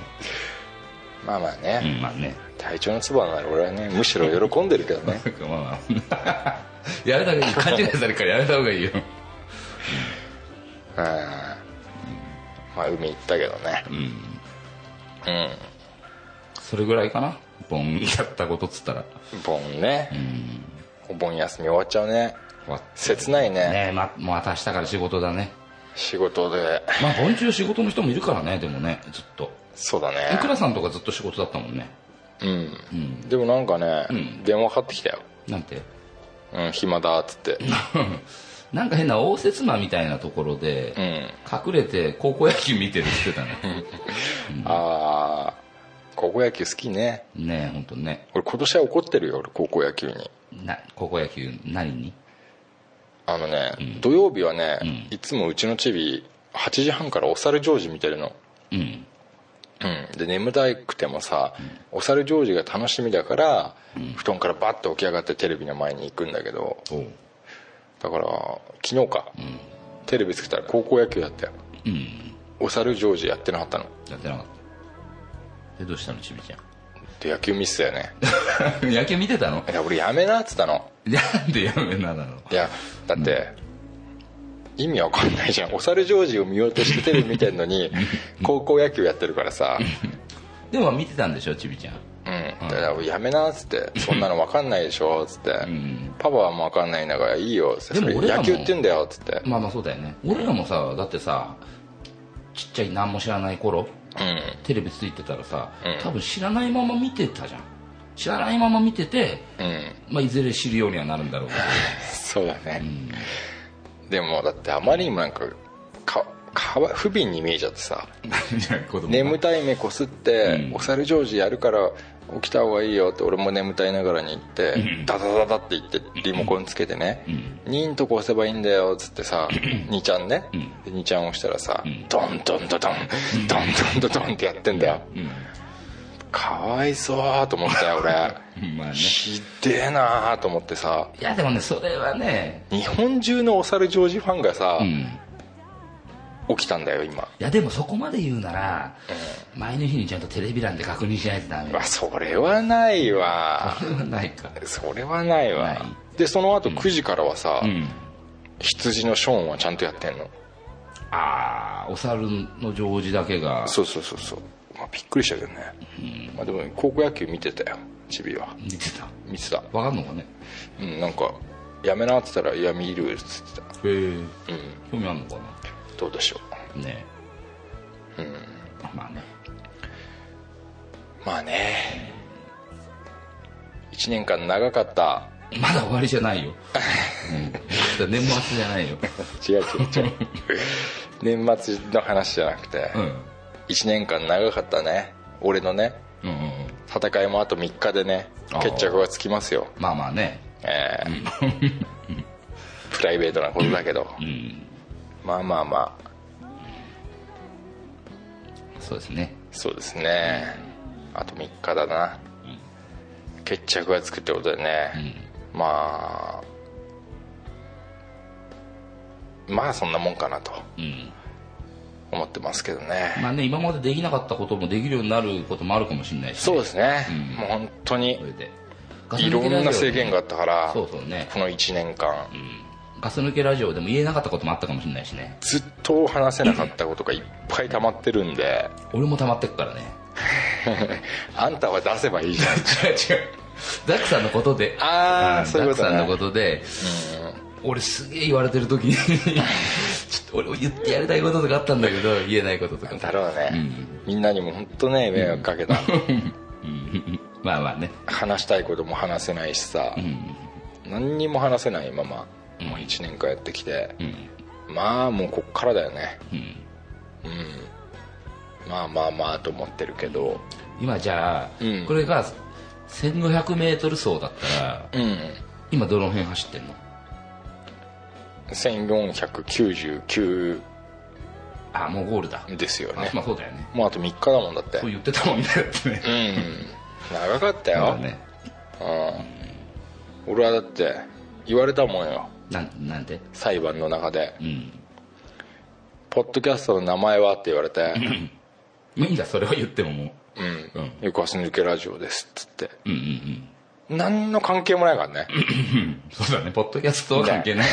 S2: まあまあ
S1: う
S2: ね、
S1: んまあね
S2: 隊長の唾なら俺は ねむしろ喜んでるけどね
S1: まあまあ やめた方がいい勘違いされるからやめた方がいいよ
S2: うんまあ海行ったけどねうん
S1: それぐらいかなボンやったことっつったら
S2: 盆ね、お盆休み終わっちゃうね
S1: 終わっ
S2: 切ないね
S1: ねえままた明日から仕事だね
S2: 仕事で
S1: まあ盆中仕事の人もいるからねでもねずっと
S2: そうだ
S1: いく
S2: ね
S1: らさんとかずっと仕事だったもんね
S2: うん、でもなんかね、電話かかってきたよ
S1: なんて
S2: うん暇だっつって
S1: なんか変な応接間みたいなところで、
S2: うん
S1: 隠れて高校野球見てるって言ってたね
S2: ああ高校野球好きね
S1: ねえ本当ね
S2: 俺今年は怒ってるよ俺高校野球に
S1: な高校野球何に
S2: あのね、土曜日はね、いつもうちのチビ8時半からお猿ジョージ見てるの
S1: うん
S2: うん、で眠たくてもさ、お猿ジョージが楽しみだから、布団からバッと起き上がってテレビの前に行くんだけど
S1: おう
S2: だから昨日か、テレビつけたら高校野球やったよ
S1: うん
S2: お猿ジョージやってなかったの
S1: やってなかったでどうしたのちびちゃ
S2: で野球ミスだよね
S1: ん 野球見てたの
S2: いや俺やめなっつったの
S1: なんでやめななの
S2: いやだって、意味わかんないじゃんお猿ジョージを見ようとしてテレビ見てんのに高校野球やってるからさ
S1: でも見てたんでしょちびちゃん
S2: うん、だからやめなっつってそんなの分かんないでしょっつって、
S1: ん
S2: パパはもう分かんないんだからいいよっつって
S1: でも
S2: そ
S1: 俺
S2: れ
S1: らも
S2: 野球って言うんだよっつって
S1: まあまあそうだよね俺らもさだってさちっちゃい何も知らない頃
S2: うん
S1: テレビついてたらさ、
S2: うん
S1: 多分知らないまま見てたじゃん知らないまま見てて、
S2: うん
S1: まあ、いずれ知るようにはなるんだろうけど
S2: そうだね、でもだってあまりにもなんかかかわ不憫に見えちゃってさ
S1: 子供が
S2: 眠たい目こすって、お猿ジョージやるから起きた方がいいよって俺も眠たいながらに言って、ダダダダって言ってリモコンつけてね、ニンとこ押せばいいんだよっつってさ2ちゃんね、で2ちゃん押したらさ、ドンドンドドンドンドンドドンってやってんだよ、かわいそうーと思ったよ俺
S1: まあね
S2: ひでえなーと思ってさ
S1: いやでもねそれはね
S2: 日本中のお猿ジョージファンがさ、
S1: うんい
S2: 起きたんだよ今
S1: やでもそこまで言うなら、前の日にちゃんとテレビ欄で確認しないとダメ
S2: まあそれはないわ
S1: それはないか
S2: それはないわ
S1: ない
S2: でその後9時からはさ、
S1: うん
S2: 羊のショーンはちゃんとやってんの
S1: ああお猿のジョージだけが
S2: そうそうそうそう、まあ、びっくりしたけどね、まあ、でも高校野球見てたよチビは
S1: 見てた
S2: 見てた
S1: わかんのかね
S2: うんなんか「やめな」って言ったら「いや見る」っつってた
S1: へえ
S2: うん
S1: 興味あんのか
S2: どうでしょ
S1: なねえまあね
S2: うまあね1年間長かった
S1: まだ終わりじゃないよ、 うん、だから年末じゃないよ
S2: 違う違う違う 年末の話じゃなくて、
S1: うん
S2: 1年間長かったね俺のね
S1: うんうんうん
S2: 戦いもあと3日でね
S1: あー
S2: 決着がつきますよ
S1: まあまあね
S2: ええプライベートなことだけど、まあまあまあ
S1: そうですね
S2: そうですねあと3日だな決着がつくってことでね、まあまあそんなもんかなと
S1: うん
S2: 思ってますけどね、
S1: まあね今までできなかったこともできるようになることもあるかもしれないし、
S2: そうですね、もう本当に
S1: それで
S2: いろんな制限があ
S1: あ
S2: ったから
S1: そうそうね
S2: この1年間、
S1: ガス抜けラジオでも言えなかったこともあったかもしれないしね
S2: ずっと話せなかったことがいっぱい溜まってるんで
S1: 俺も溜まってくから ね
S2: あんたは出せばいいじゃん
S1: 違う違う ザックさんのことで
S2: あー
S1: ん
S2: そういうことね
S1: ザックさんのことで、俺すげえ言われてる時に ちょっと俺言ってやりたいこととかあったんだけど言えない こととか
S2: だろうね、みんなにも本当ね迷惑かけた、
S1: まあまあね
S2: 話したいことも話せないしさ、何にも話せないままもう1年間やってきて、まあもうこっからだよねうん、まあまあまあと思ってるけど
S1: 今じゃあ、
S2: うん
S1: これが 1500m 走だったら
S2: うん
S1: 今どの辺走ってんの
S2: 1499
S1: あもうゴールだ、
S2: ですよね
S1: あまあそうだよね
S2: もうあと3日だもんだって
S1: そう言ってたもんねだってね
S2: うん長かった
S1: ま
S2: よ、
S1: あね
S2: 俺はだって言われたもんよ
S1: なんなんて
S2: 裁判の中で
S1: うん
S2: 「ポッドキャストの名前は?」って言われて
S1: いいんだそれは言ってももう
S2: 「うん
S1: うん
S2: 横足抜けラジオです」っつって
S1: うんうんうん
S2: 何の関係もないからね
S1: そうだねポッドキャストは関係 ないね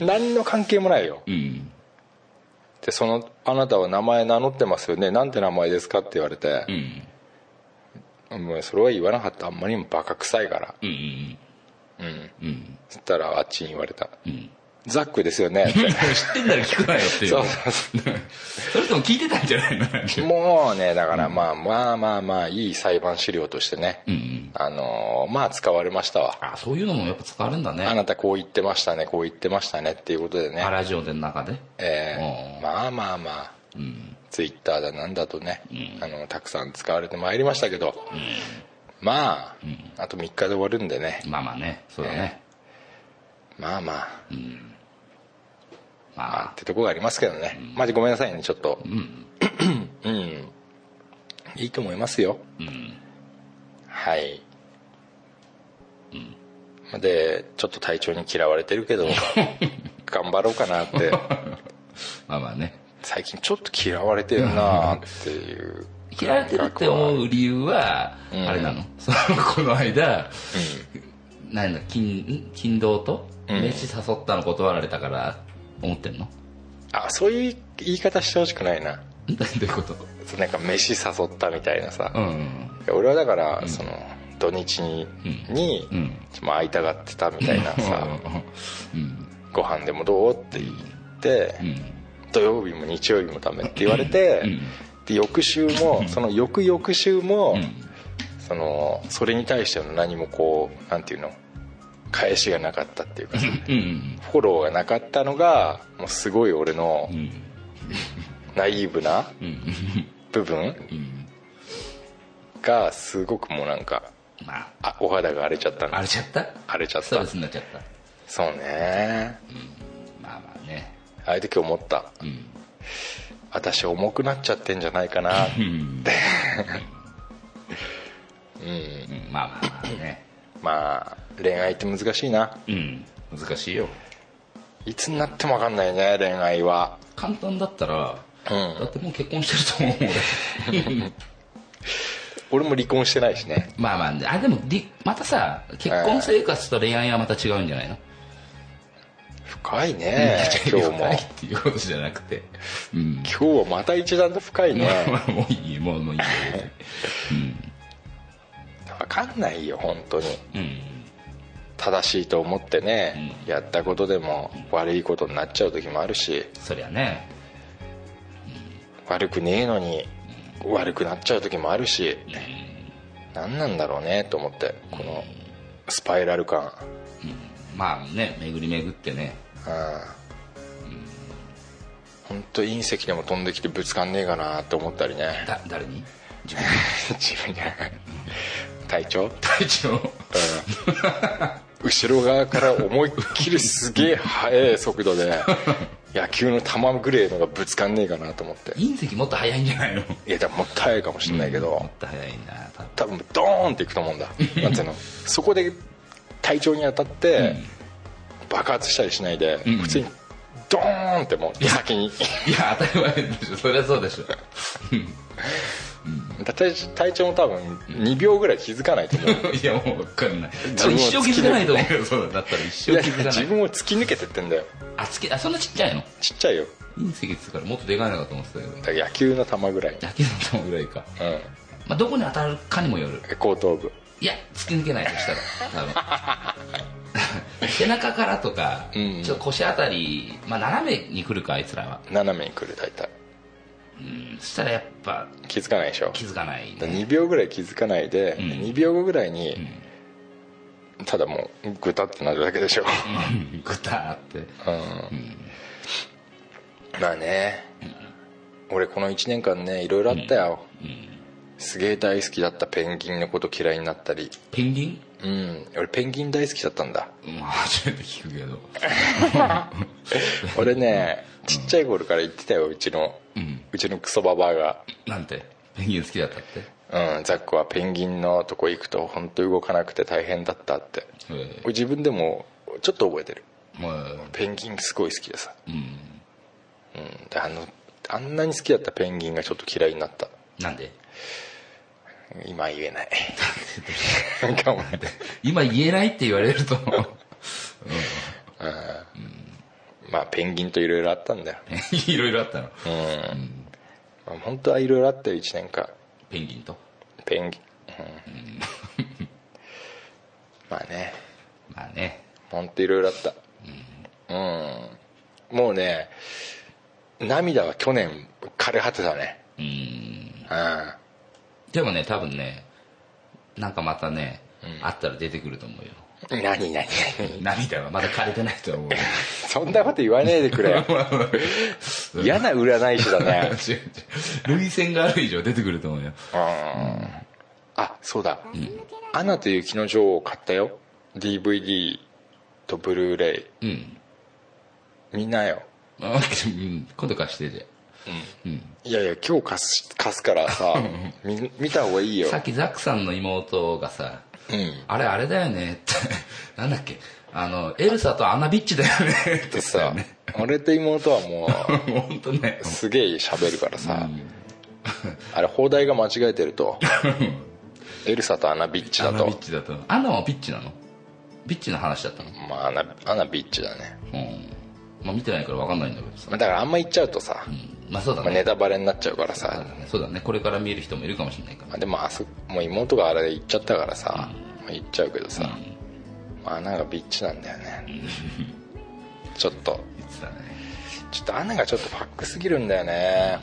S2: 何の関係もないよ
S1: うん
S2: でその「あなたは名前名乗ってますよねなんて名前ですか?」って言われて
S1: う、ん
S2: もうそれは言わなかったあんまりにもバカ臭いから
S1: うんうんう
S2: うん
S1: んうん
S2: そしたらあっちに言われた
S1: うん
S2: 「ザックですよね」 って
S1: 知ってんなら聞くなよっていう
S2: そう
S1: それとも聞いてたんじゃないのなんて
S2: もうねだからまあまあまあまあいい裁判資料としてね、
S1: うんうん
S2: あのーまあ使われましたわ
S1: あそういうのもやっぱ使われるんだね
S2: あなたこう言ってましたねこう言ってましたねっていうことでね
S1: あラジオでの中で
S2: えー
S1: うん
S2: まあまあまあ、ツイッターだなんだとね、あのたくさん使われてまいりましたけど、まあ、あと3日で終わるんでね
S1: まあまあねそうだね
S2: まあまあ、
S1: まあ
S2: ってとこがありますけどね、まじごめんなさいねちょっとうん、いいと思いますよ、はい、でちょっと体調に嫌われてる けど頑張ろうかなって
S1: まあまあね
S2: 最近ちょっと嫌われてるなっていう
S1: 嫌われてるって思う理由は、
S2: ん
S1: あれなの そのこの間、なんだ金金堂と
S2: うん
S1: 飯誘ったの断られたから思ってんの、
S2: あそういう言い方してほしくないな
S1: どういうこと
S2: そうなんか飯誘ったみたいなさ
S1: う、ん
S2: 俺はだから、その土日に,、に
S1: うん
S2: ちょっとまあ会いたがってたみたいなさ、
S1: うん
S2: ご飯でもどうって言って、
S1: うん
S2: 土曜日も日曜日もダメって言われて、
S1: うん
S2: で翌週もその翌々週も、
S1: うん
S2: そのそれに対しての何もこうなんていうの返しがなかったっていうかさ
S1: うんうん
S2: フォローがなかったのがもうすごい俺の
S1: うん
S2: ナイーブな
S1: うんうん
S2: 部分
S1: うん
S2: がすごくもうなんか
S1: まあ
S2: あお肌が荒れちゃったの
S1: 荒れちゃった
S2: 荒れちゃっ
S1: スト
S2: た
S1: レスになっちゃった
S2: そうね
S1: まあまあね
S2: ああいう時思った
S1: うん
S2: 私重くなっちゃってんじゃないかな
S1: うん
S2: う
S1: う
S2: ん
S1: んまあまあまあね
S2: まあ恋愛って難しいな
S1: うん難しいよ
S2: いつになっても分かんないね恋愛は
S1: 簡単だったら
S2: うん
S1: だってもう結婚してると思う俺
S2: 俺も離婚してないしね
S1: まあまああでもりまたさ結婚生活と恋愛はまた違うんじゃないの
S2: 深いね今日も
S1: 深いっていうことじゃなくてうん
S2: 今日はまた一段と深いね
S1: まあ もういいもうもういいよ
S2: 分かんないよ本当に
S1: 別に
S2: 正しいと思ってね、やったことでも悪いことになっちゃう時もあるし
S1: うんそりゃね
S2: 悪くねえのに悪くなっちゃう時もあるし何なんだろうねと思ってこのスパイラル感
S1: まあね巡り巡ってね
S2: うん本当隕石でも飛んできてぶつかんねえかなって思ったり ね
S1: だ誰に自分
S2: 自分じゃない体調
S1: 隊長
S2: 後ろ側から思いっきりすげえ速い速度で野球の球ぐらいのがぶつかんねえかなと思って
S1: 隕石もっと早いんじゃないの
S2: いやでももっと速いかもしれないけど、
S1: もっと早いな多分
S2: 多分ドーンっていくと思うんだなんつうのそこで体調に当たって爆発したりしないで、
S1: ん
S2: 普通にドーンってもう先に
S1: いや当たり前でしょそりゃそうでし ょ
S2: だ体体調も多分2秒ぐらい気づかないと思う
S1: いやもう分かんない
S2: 自
S1: それ
S2: 分を
S1: 一生気づかないと
S2: 突
S1: 思うよそうだだったら一生
S2: いや
S1: 気づかな
S2: 自
S1: い
S2: 分を突き抜けてってんだよ
S1: あつけあそんなちっちゃいの
S2: ちっちゃいよ
S1: 隕石って言ってたからもっとでかいのかと思ってたけど
S2: だから野球の球ぐらい、
S1: だけの頭ぐらいか、
S2: う
S1: まあ、どこに当たるかにもよる
S2: ん、後頭部
S1: いや突き抜けないとしたら多 分背中からとか、
S2: うん
S1: ちょっと腰あたり、まあ、斜めに来るかあいつらは
S2: 斜めに来る大体
S1: うんそしたらやっぱ
S2: 気づかないでしょ
S1: 気づかない ね
S2: 2秒ぐらい気づかないで、
S1: ん
S2: 2秒後ぐらいに、ただもうグタってなるだけでしょ、
S1: グターって
S2: うんまあね、俺この1年間ねいろいろあったよ、すげえ大好きだったペンギンのこと嫌いになったり
S1: ペンギン
S2: うん俺ペンギン大好きだったんだ
S1: うん初めて聞くけど
S2: 俺ねちっちゃい頃から言ってたようちの、う
S1: うん
S2: ちのクソババアが
S1: なんてペンギン好きだったって
S2: うん、ザックはペンギンのとこ行くと本当動かなくて大変だったって
S1: え
S2: 俺自分でもちょっと覚えてる
S1: えもう
S2: ペンギンすごい好きでさ、
S1: うん
S2: うん、であのあんなに好きだったペンギンがちょっと嫌いになった
S1: なんで
S2: 今言えない頑張って
S1: 今言えないって言われると
S2: まあペンギンといろいろあったんだよ、
S1: いろいろあったの
S2: まあ、本当はいろいろあったよ1年間
S1: ペンギンと
S2: ペンギンうんまあね
S1: まあね
S2: 本当いろいろあったうん、もうね涙は去年枯れ果てたね
S1: うん
S2: うん
S1: でもね多分ねなんかまたね、あったら出てくると思うよ
S2: 何何何
S1: 涙はまだ枯れてないと思うよ
S2: そんなこと言わねえでくれよ嫌な占い師だね
S1: 違う違う類線がある以上出てくると思うよ
S2: うんあそうだ「アナと雪の女王」買ったよ DVD とブルーレイ
S1: うん
S2: みんなよ
S1: あ うん今度貸してじゃ
S2: いやいや今日貸す貸すからさみ見た方がいいよ
S1: あさっきザックさんの妹がさ
S2: うん
S1: あれあれだよね ってなんだっけあのエルサとアナビッチだよね って
S2: でさ俺と妹はも
S1: 本当ね
S2: うすげえ喋るからさあれ放題が間違えてる とエルサとアナビッチ
S1: ア
S2: だ
S1: ナビッ
S2: と
S1: チだとアナはビッチなのビッチの話だったの
S2: まあアナアナビッチだね
S1: うんまあ見てないから分かんないんだけどさ
S2: まあだからあんま言っちゃうとさ
S1: うんまあそうだ
S2: まあ、
S1: ね、
S2: ネタバレになっちゃうから
S1: そ
S2: さ
S1: うだねそうだねこれから見える人もいるかもしれないから
S2: まあでもあそもう妹があれ行っちゃったからさ、まあ行っちゃうけどさ、まあ穴がビッチなんだよねちょっと
S1: 言ってたね
S2: ちょっと穴がちょっとパックすぎるんだよね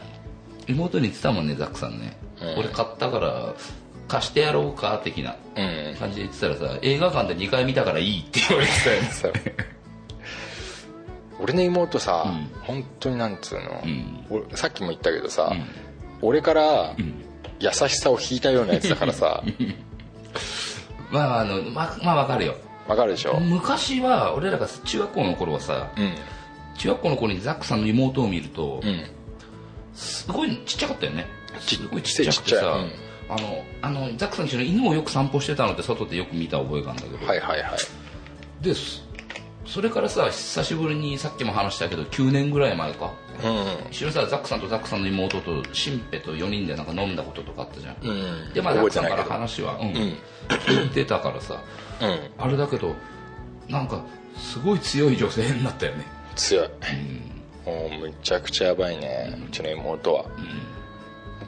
S1: 妹に言ってたもんねザックさんね、俺買ったから貸してやろうか的な
S2: うん
S1: 感じで言ってたらさ映画館で2回見たからいいって言われてたよね
S2: そう俺の妹さ、
S1: うん
S2: 本当になんつうの、
S1: ん
S2: 俺さっきも言ったけどさ、
S1: ん
S2: 俺から優しさを引いたようなやつだからさ
S1: まああのままあわかるよ
S2: わかるでしょ、うん
S1: 昔は俺らが中学校の頃はさ中学校の頃にザックさんの妹を見ると、
S2: うん
S1: すごいちっちゃかったよね
S2: ち
S1: すごいちっちゃくて
S2: ちっちゃ
S1: さ、
S2: いうん
S1: あのあのザックさんちの犬をよく散歩してたのって外でよく見た覚えがあるんだけど、
S2: はいはいはい
S1: ですそれからさ久しぶりにさっきも話したけど9年ぐらい前か
S2: う
S1: 一緒にさザックさんとザックさんの妹とシンペと4人でなんか飲んだこととかあったじゃん、
S2: んうん、うん、
S1: でまあザッ
S2: 覚え
S1: ク
S2: て
S1: さん
S2: ない
S1: か
S2: け
S1: ら
S2: ど
S1: 話は、うん聞いてたからさ
S2: うん
S1: あれだけどなんかすごい強い女性になったよね
S2: 強い、もうむちゃくちゃやばいね、うちの妹は、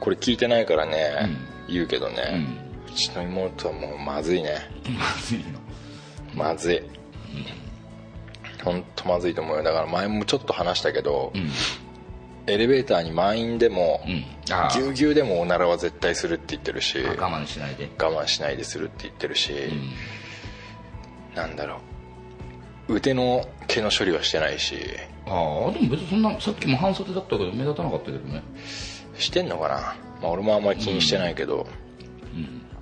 S2: これ聞いてないからね、言うけどね、うちの妹はもうまずいね
S1: まずいの
S2: まずい、ほんとまずいと思うよだから前もちょっと話したけど、エレベーターに満員でも、
S1: うんあ
S2: ぎゅうぎゅうでもおならは絶対するって言ってるし
S1: あ
S2: 我
S1: 我慢しないで
S2: 慢しないでするって言ってるし、なんだろう腕の毛の処理はしてないし
S1: ああでも別にそんなさっきも半袖だったけど目立たなかったけどね
S2: してんのかな、まあ、俺もあんまり気にしてないけど、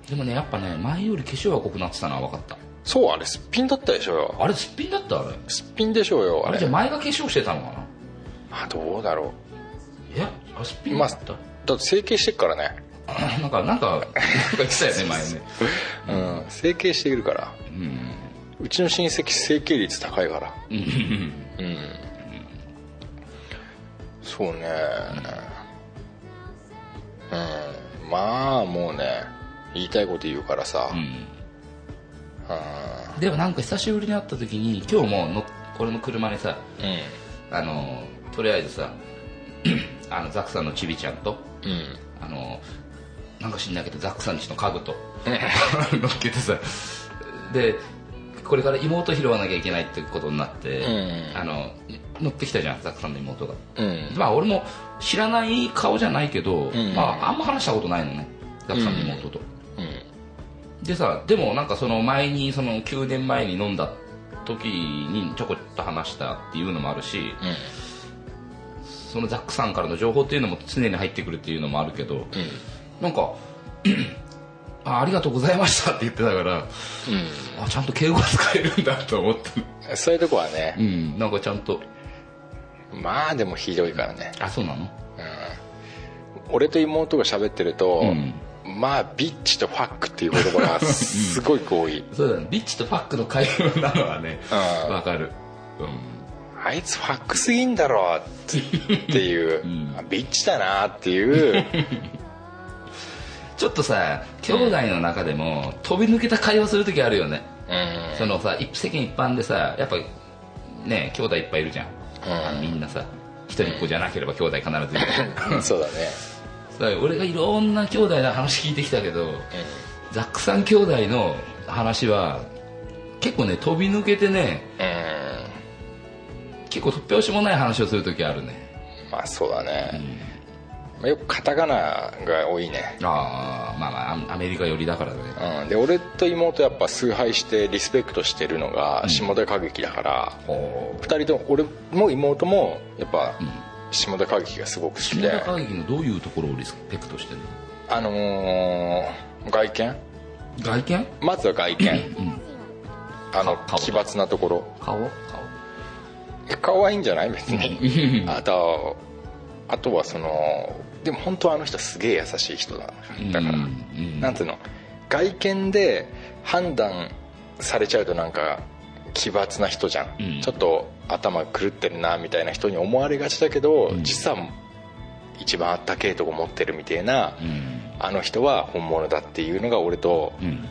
S1: でもねやっぱね前より化粧が濃くなってたのは分かった
S2: そうあれすっぴんだったでしょうよ
S1: あれすっぴんだったあれ
S2: すっぴんでしょうよ
S1: あ
S2: あ
S1: れ
S2: れ
S1: じゃ前が化粧してたのかな
S2: あどうだろ
S1: えあれすっぴ
S2: うんま
S1: だ
S2: あ
S1: っ
S2: だ
S1: た、
S2: って整形してるからね
S1: あ なんかなんかなんか言ってたよね前ね
S2: うん整形しているからうちの親戚整形率高いからうんそうねうんまあもうね言いたいこと言うからさう
S1: でもなんか久しぶりに会った時に今日もの俺の車にさ
S2: んうん
S1: あのとりあえずさ あのザクさんのちびちゃんと
S2: うん
S1: あのなんか知んないけどザックさんちの家具と乗っけてさでこれから妹拾わなきゃいけないってことになって、
S2: ん
S1: あの乗ってきたじゃんザックさんの妹が、
S2: うん
S1: まあ俺も知らない顔じゃないけど、
S2: ん
S1: まあ、あんま話したことないのねザックさんの妹と、
S2: うん
S1: でさでもなんかその前にその9年前に飲んだ時にちょこっと話したっていうのもあるし、そのザックさんからの情報っていうのも常に入ってくるっていうのもあるけど、なんか あ「ありがとうございました」って言ってたから、あちゃんと敬語が使えるんだと思った
S2: うんそういうとこはね
S1: うんなんかちゃんと
S2: まあでもひどいからね
S1: あそうなの
S2: 俺と妹が喋ってると、
S1: ん
S2: まあビッチとファックっていう言葉がすごい多い、
S1: そうだねビッチとファックの会話なのはね
S2: うん
S1: わかる
S2: あいつファックすぎんだろってっていう、あビッチだなっていう
S1: ちょっとさ兄弟の中でも飛び抜けた会話する時あるよね
S2: うん
S1: そのさ一世間一般でさやっぱね兄弟いっぱいいるじゃん、あのみんなさ一人っ子じゃなければ兄弟必ずいる
S2: そうだね
S1: さ俺がいろんな兄弟の話聞いてきたけど、ザックさん兄弟の話は結構ね飛び抜けてね結構突拍子もない話をする時あるね
S2: うんまあそうだね、まあよくカタカナが多いね、
S1: ああまあまあアアメリカ寄りだからね
S2: うん、で俺と妹やっぱ崇拝してリスペクトしてるのが下田歌劇だから、
S1: ほう
S2: 二人とも俺も妹もやっぱ下田歌劇がすごく好き
S1: 下
S2: で、
S1: 田会議のどういうところをリスペクトしてるの
S2: あのー外見
S1: 外見
S2: まずは外見、あの
S1: 顔
S2: 奇抜なところ
S1: 顔顔
S2: 顔はいいんじゃない別にあとあとはそのでも本当はあの人すげえ優しい人だだから、
S1: うんうん
S2: なんていうの外見で判断されちゃうとなんか奇抜な人じゃん、
S1: うん
S2: ちょっと頭狂ってるなみたいな人に思われがちだけど、実は一番あったけえとこ持ってるみたいな、
S1: うん
S2: あの人は本物だっていうのが俺と
S1: うん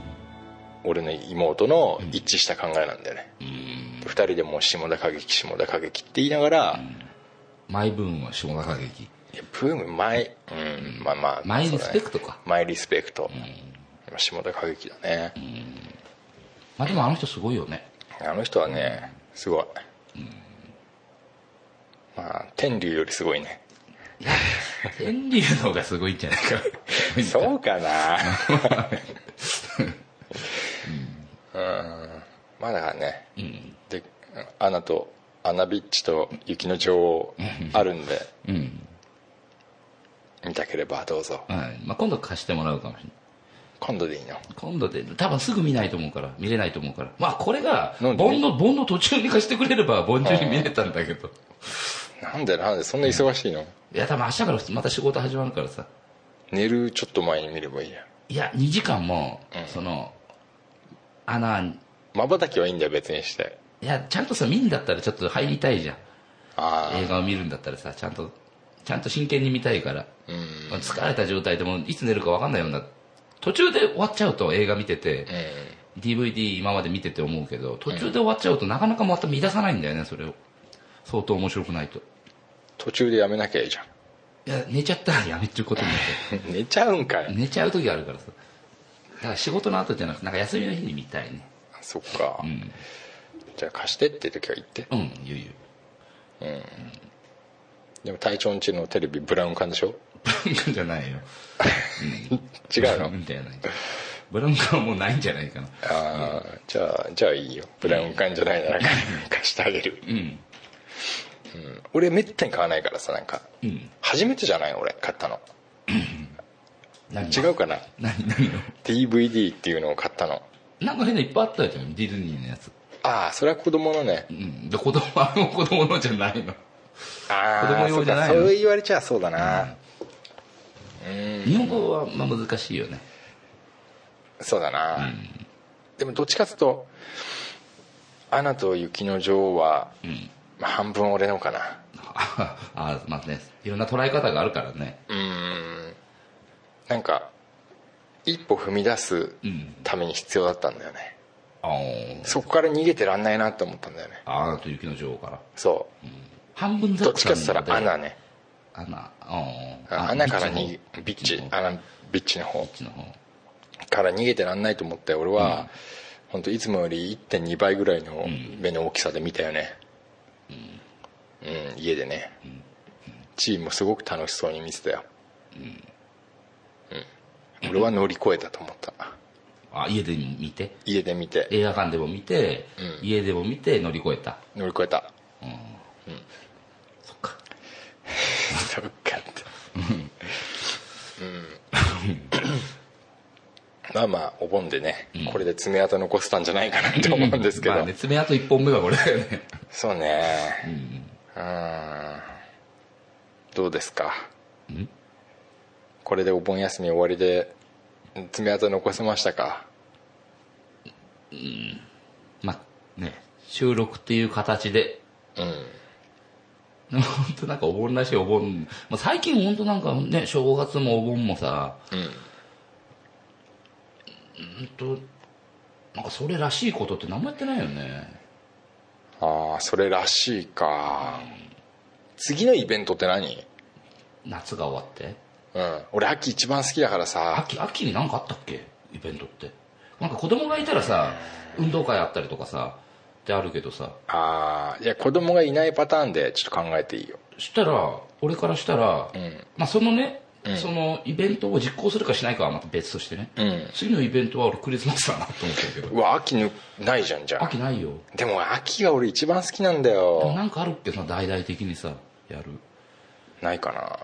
S2: 俺の妹の一致した考えなんだよね、で二人でもう下田歌劇下田歌劇って言いながら、
S1: マイブームは下田会議
S2: いやブーム前うんまあまあ
S1: マイリスペク
S2: ト
S1: トか、
S2: マイリスペクト、まあ下田歌劇だね、
S1: まあ、でもあの人すごいよね
S2: あの人はねすごい、まあ天竜よりすごいね
S1: 天竜の方がすごいんじゃないか
S2: そうかな うんまあだからね、でアナとアナビッチと雪の女王あるんで
S1: うん、
S2: 見たければどうぞ
S1: はいまあ、今度貸してもらうかもしれない
S2: 今度でいいの
S1: 今度で多分すぐ見ないと思うから見れないと思うからまあこれが
S2: な
S1: 盆
S2: んで
S1: の盆の途中に貸してくれれば盆中に見れたんだけど
S2: なんでなんでそんな忙しいの
S1: いや多分明日からまた仕事始まるからさ
S2: 寝るちょっと前に見ればいいや
S1: いや2時間も、その穴い
S2: まばたきはいいんだよ別にして
S1: やちゃんとさ見んだったらちょっと入りたいじゃん
S2: あ
S1: 映画を見るんだったらさちゃんとちゃんと真剣に見たいから、
S2: あうん
S1: まあ疲れた状態でもういつ寝るか分かんないような途中で終わっちゃうと映画見てて、DVD 今まで見てて思うけど途中で終わっちゃうとなかなかまた見出さないんだよねそれを相当面白くないと
S2: 途中でやめなきゃいいじゃん
S1: いや寝ちゃったらやめっちゃうことになっ
S2: 寝ちゃうんか
S1: て
S2: い
S1: 寝ちゃう時があるからさだから仕事の後じゃなくてなんか休みの日に見たいね
S2: そっか、
S1: ん
S2: じゃあ貸してって時は言って
S1: うんゆうゆう
S2: でも隊長んちのテレビブラウン管でしょ
S1: ブラウン管じゃないよ
S2: 違うの
S1: みたいなブラウン管はもうないんじゃないかな
S2: ああじゃあじゃあいいよブラウン管じゃないなら貸してあげる
S1: うん
S2: 俺めったに買わないからさなんか
S1: うん
S2: 初めてじゃないの俺買ったの
S1: 何
S2: 違うかな
S1: 何何を
S2: DVD っていうのを買ったの
S1: なんか変ないっぱいあったじゃんディズニーのやつ
S2: ああそれは子供のね
S1: うんで子供あれも子供のじゃないの
S2: ああ
S1: 子供用じゃない
S2: そ
S1: の
S2: うかそう言われちゃそうだな
S1: 日本語はまあ難しいよ ね
S2: そうだな、でもどっちかっつうと「アナと雪の女王は」まあ半分俺のかな
S1: ああまあねいろんな捉え方があるからね
S2: うんなんか一歩踏み出す
S1: うん
S2: ために必要だったんだよね、
S1: あ
S2: そこから逃げてらんないなと思ったんだよね
S1: あアナと雪の女王から
S2: そう
S1: 半分ずつ
S2: どっちかっつったらアナね
S1: アナあー
S2: アナから
S1: ビッ
S2: に
S1: チ
S2: ビッチ
S1: の方
S2: アナビッチの方
S1: ビッチの方
S2: から逃げてらんないと思って俺は、本当いつもより1.2倍ぐらいの目の大きさで見たよねうん、家でね、チームもすごく楽しそうに見てたようん、俺は乗り越えたと思った
S1: あ家で見て
S2: 家で見て
S1: 映画館でも見て、家でも見て乗り越えた
S2: 乗り越えた
S1: そっか
S2: そっかってうんまあまあお盆でね、これで爪痕残せたんじゃないかなと思うんですけど、
S1: まあね爪痕1本目はこれだよね
S2: そうねうんどうですかこれでお盆休み終わりで爪痕残せましたか
S1: まあね収録っていう形で
S2: う ん
S1: 本当なんかお盆らしいお盆、まあ、最近本当なんかね正月もお盆もさ
S2: うん
S1: 本当なんかそれらしいことって何もやってないよね
S2: ああそれらしいか次のイベントって何
S1: 夏が終わって
S2: うん俺秋一番好きだからさ
S1: 秋秋になんかあったっけイベントってなんか子供がいたらさ運動会あったりとかさってあるけどさ
S2: ああいや子供がいないパターンでちょっと考えていいよ
S1: したら俺からしたら、
S2: ん
S1: まあ、そのね、そのイベントを実行するかしないかはまた別としてね、
S2: うん
S1: 次のイベントは俺クリスマスだなと思ってるけど
S2: うわ秋ぬないじゃんじゃあ
S1: 秋ないよ
S2: でも秋が俺一番好きなんだ
S1: でも
S2: よ
S1: なんかあるっけその大々的にさやる
S2: ないかな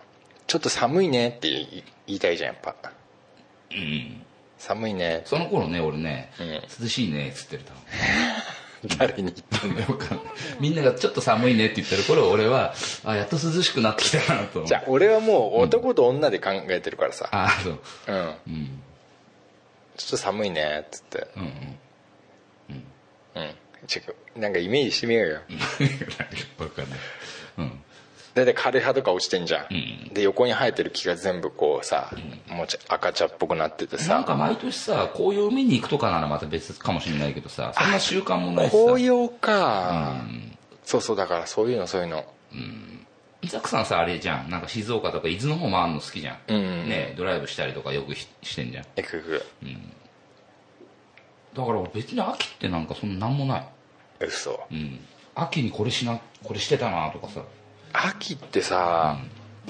S2: ちょっと寒いねって言い言いたいじゃんやっぱ寒いね
S1: その頃ね俺ね、
S2: う
S1: 涼しいねっつってる多分
S2: 誰に言ったの
S1: よくわかんないみんながちょっと寒いねって言ってる頃俺はあやっと涼しくなってきたなと思う
S2: じゃあ俺はもう男と女で考えてるからさ
S1: あそう
S2: うん、
S1: ん
S2: ちょっと寒いねっつって
S1: うんうん
S2: うんちょなんかイメージしてみようよ
S1: わかんないうん
S2: 大体枯れ葉とか落ちてんじゃん、で横に生えてる木が全部こうさ、もうちょ赤茶っぽくなってて
S1: なん
S2: さ
S1: か毎年さ紅葉見に行くとかならまた別かもしれないけどさそんな習慣もないしさ
S2: 紅葉か、そうそうだからそういうのそういうの
S1: 伊作さんさあれじゃんなんか静岡とか伊豆の方回るの好きじゃん、
S2: うんうん
S1: ねドライブしたりとかよくししてんじゃん
S2: えくく
S1: だから別に秋ってなんかそんな何もない、
S2: 嘘
S1: うん、秋にこれしなこれしてたなとかさ
S2: 秋ってさ、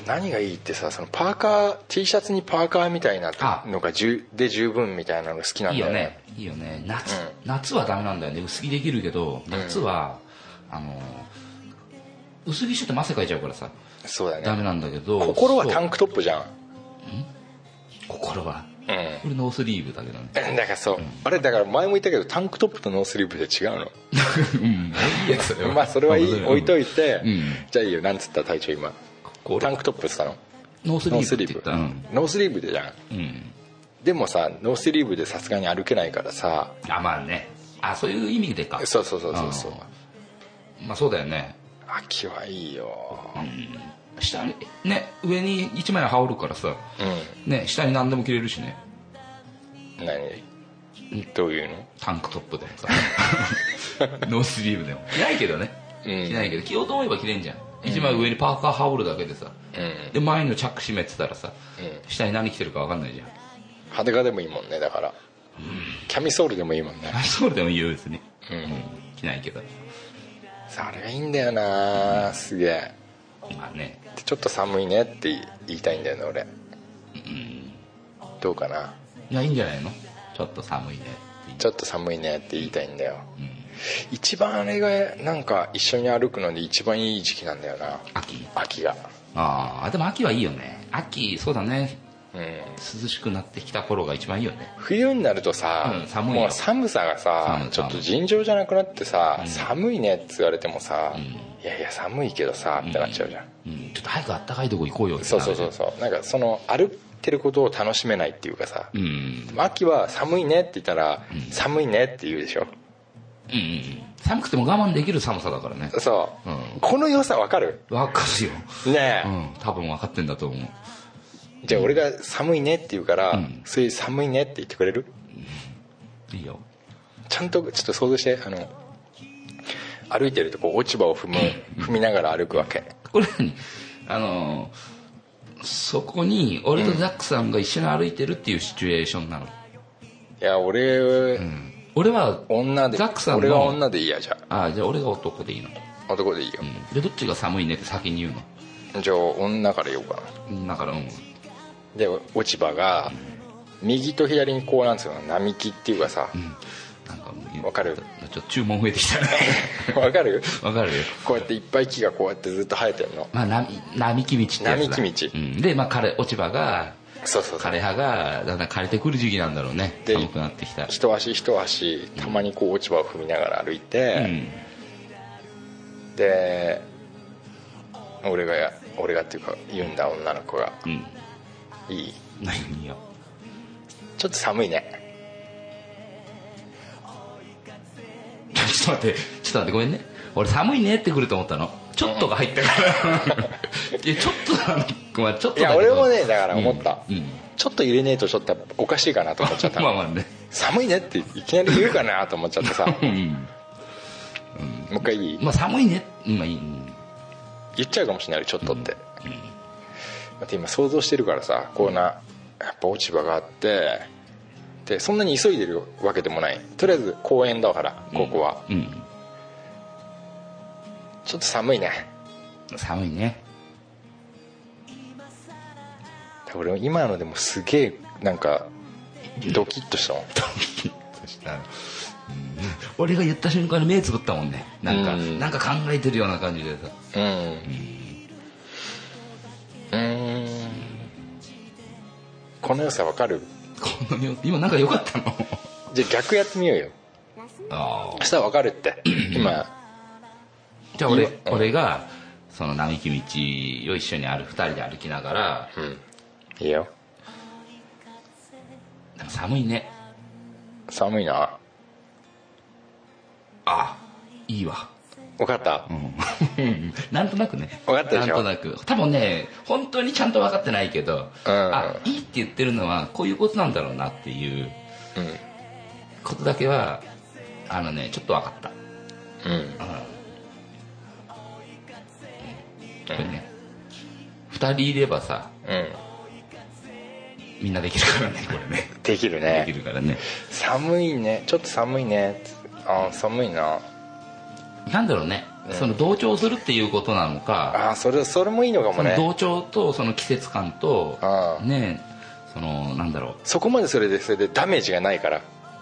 S2: 何がいいってさそのパーカー T シャツにパーカーみたいな
S1: あ
S2: のがじゅで十分みたいなのが好きなん
S1: い
S2: だ
S1: いよ
S2: よね
S1: ねいいよね夏、
S2: うん
S1: 夏はダメなんだよね薄着できるけど夏は、あの薄着してても汗かいちゃうからさ
S2: そうだ
S1: ダ
S2: ね
S1: メなんだけど
S2: 心はタ
S1: そう
S2: ンクトップじゃん
S1: 心は
S2: うん
S1: 俺ノースリーブだけどね
S2: だからそう、あれだから前も言ったけどタンクトップとノースリーブで違う
S1: うんいいやそれ
S2: のまあそれはいい置いといて、
S1: うん
S2: じゃあいいよなんつった隊長今
S1: これ
S2: タンクトップっつったの
S1: ノースリ
S2: ノー
S1: ーブ
S2: ス
S1: って
S2: リ
S1: 言
S2: ー
S1: っ
S2: ブ
S1: たうん、
S2: ノースリーブでじゃん
S1: うん、
S2: でもさノースリーブでさすがに歩けないからさ
S1: あまあねあそういう意味でか
S2: そうそうそうそうそう
S1: まあそうだよね
S2: 秋はいいよ
S1: 下にね上に一枚の羽織るからさ
S2: う
S1: ね下に何でも着れるしね
S2: ん何どういうの
S1: タンクトップでも さノースリーブでも着ないけどね、
S2: うん
S1: 着ないけど着ようと思えば着れんじゃん一枚上にパーカー羽織るだけでさ、
S2: うん
S1: で前のチャック閉めてたらさ、
S2: う
S1: 下に何着てるか分かんないじゃん
S2: 裸でもいいもんねだからキャミソールでもいいもんね
S1: あそうでもいいよ別に、
S2: うん
S1: うん、着ないけど
S2: それがいいんだよなすげえ
S1: まあね
S2: でちょっと寒いねって言いたいんだよね俺どうかない
S1: やいいんじゃないのちょっと寒いね
S2: ちょっと寒いねって言いたいんだよ一番あれがなんか一緒に歩くのに一番いい時期なんだよな
S1: 秋
S2: 秋が
S1: ああでも秋はいいよね秋そうだね
S2: うん
S1: 涼しくなってきた頃が一番いいよね
S2: 冬になるとさ、
S1: うん寒いよ
S2: もう寒さがさ
S1: 寒い
S2: ちょっと尋常じゃなくなってさ、
S1: うん
S2: 寒いねって言われてもさ、
S1: うん
S2: いやいや寒いけどさってなっちゃうじゃん、
S1: うん、ちょっと早くあったかいとこ行こうよって
S2: そうそうそう
S1: なる
S2: そうなんかその歩ってることを楽しめないっていうかさ、
S1: じゃんうん
S2: 秋は寒いねって言ったら、
S1: うん
S2: 寒いねって言うでしょ
S1: うんうんうん寒くても我慢できる寒さだからね
S2: そう、
S1: うん
S2: この良さわかる
S1: 分かるよ、
S2: ねえ、
S1: うん、多分分かってんだと思う
S2: じゃあ俺が寒いねって言うから、
S1: うん
S2: そういう寒いねって言ってくれる
S1: いいよ
S2: ちゃんとちょっと想像してあの歩いてるとこう落ち葉を踏む、踏みながら歩くわけ
S1: これ何あのーそこに俺とザックさんが一緒に歩いてるっていうシチュエーションなの、
S2: いや俺、
S1: 俺は
S2: 女で
S1: ザックさんの
S2: 俺が女でいいやじゃ
S1: あじゃあ俺が男でいいの、
S2: あ男でいいよ、
S1: うん、でどっちが寒いねって先に言うの
S2: じゃあ女から言おうかな
S1: うんだからうん
S2: で落ち葉が右と左にこうなんですよ並木っていうかさ
S1: なんかもう
S2: わかる
S1: ちょっと注文増えてきたね
S2: わかる
S1: わかるよ
S2: こうやっていっぱい木がこうやってずっと生えてるの
S1: まあな並木道ってやつだ
S2: 並木道
S1: うん、でまあ枯れ落ち葉が
S2: そうそうそ
S1: 枯
S2: う
S1: れ葉がだんだん枯れてくる時期なんだろうね
S2: で
S1: 寒くなってきた
S2: 一足一足たまにこう落ち葉を踏みながら歩いうて、
S1: ん
S2: で俺が俺がっていうか言うんだ女の子が
S1: うん
S2: 「いい
S1: 何よ
S2: ちょっと寒いね
S1: ちょっと待ってちょっと待ってごめんね俺寒いねってくると思ったのちょっとが入ったからいやちょっとなのまあちょっ」とだけ
S2: いや
S1: ど
S2: 俺もねだから思った、
S1: うん、うん
S2: ちょっと入れねえとちょっとおかしいかなと思っちゃった
S1: まあまあね
S2: 寒いねっていきなり言うかなと思っちゃってさも
S1: うん
S2: う一回いい
S1: まあ寒いねうんまあいいうん
S2: 言っちゃうかもしれないちょっとって、だって今想像してるからさこうなやっぱ落ち葉があってでそんなに急いでるわけでもないとりあえず公園だからここは、
S1: うん
S2: ちょっと寒いね
S1: 寒いね
S2: 俺も今のでもすげえなんかドキッとしたもん
S1: そしたら、うん俺が言った瞬間に目つぶったもんねなんか、
S2: うん
S1: なんか考えてるような感じでさ
S2: うんうーんこの良さわかる
S1: この様子今なんか良かったの
S2: じゃあ逆やってみようよ
S1: ああ
S2: したらわかる って今
S1: じゃあ俺,、
S2: いいようん
S1: 俺がその並木道を一緒にある二人で歩きながら
S2: うんいいよ
S1: 「なんか寒いね
S2: 寒いな
S1: あいいわ
S2: 分かった」
S1: なんとなくね
S2: わかったでしょ
S1: なんとなく多分ね本当にちゃんと分かってないけど、
S2: うん
S1: あいいって言ってるのはこういうことなんだろうなっていう
S2: う
S1: ことだけはあのねちょっと分かった
S2: んうん
S1: これね、 2人いればさ
S2: う
S1: みんなできるからねこれね
S2: んできる
S1: でき
S2: ね
S1: るからね
S2: 寒いねちょっと寒いねあー寒いな
S1: なんだろうね、その同調するっていうことなのか
S2: あーそれそれもいいのかも
S1: その
S2: ね
S1: 同調とその季節感と
S2: ああ
S1: ねそのなんだろ
S2: そこまでそれでそれでダメージがないから
S1: う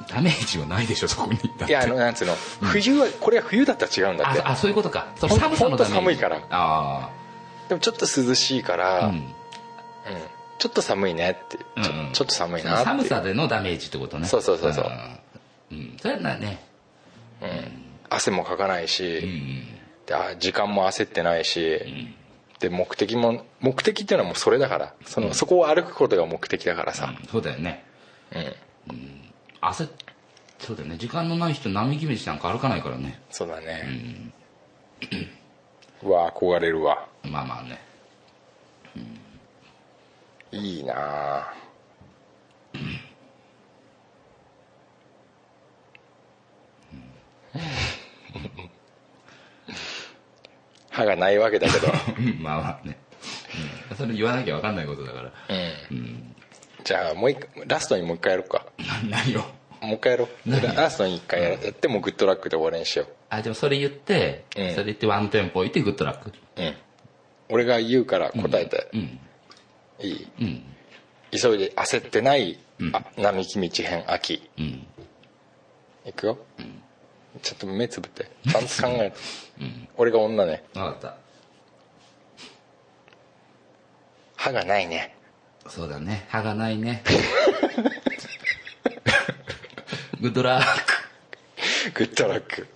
S1: ダメージはないでしょそこにだっ
S2: い
S1: て
S2: やあのなんつうの冬はこれは冬だったら違うんだっ
S1: あ
S2: て
S1: あそういうことかその
S2: ほん
S1: 寒さのために
S2: ほんと寒いから
S1: あ
S2: でもちょっと涼しいから、
S1: あ、う
S2: うん
S1: ん、
S2: ちょっと寒いねってちょ,、
S1: うんうん
S2: ちょっと寒い
S1: そ
S2: なっ
S1: の
S2: て
S1: 寒さでのダメージってことね
S2: そうそうそうそう
S1: うん、うん、それはね
S2: 汗もかかないし、
S1: うん
S2: であ時間も焦ってないし、で目的も目的っていうのはもうそれだからその、そこを歩くことが目的だからさ、
S1: そうだよねうん、焦っそうだよね時間のない人並木道なんか歩かないからね
S2: そうだね、うわ憧れるわ
S1: まあまあね
S2: いいなあ歯がないわけだ けど、
S1: うんまあまあね、うん、それ言わなきゃ分かんないことだから
S2: じゃあもう一回ラストにもう一回やろうか
S1: な 何を
S2: もう一回やろう
S1: 何
S2: ラストに一回ややってもうグッドラックで終わりにしよ
S1: あでもそれ言って、
S2: うん
S1: それ言ってワンテンポ置いてグッドラック
S2: ううん俺が言うから答えて、
S1: うん
S2: いい
S1: うん
S2: 急いで焦ってない、あ並木道編秋
S1: うん
S2: いくよ、ちょっと目つ ぶってちゃんと考えて、俺が女ね
S1: 分かった
S2: 歯がないね
S1: そうだね歯がない ねグッドラック
S2: グッドラック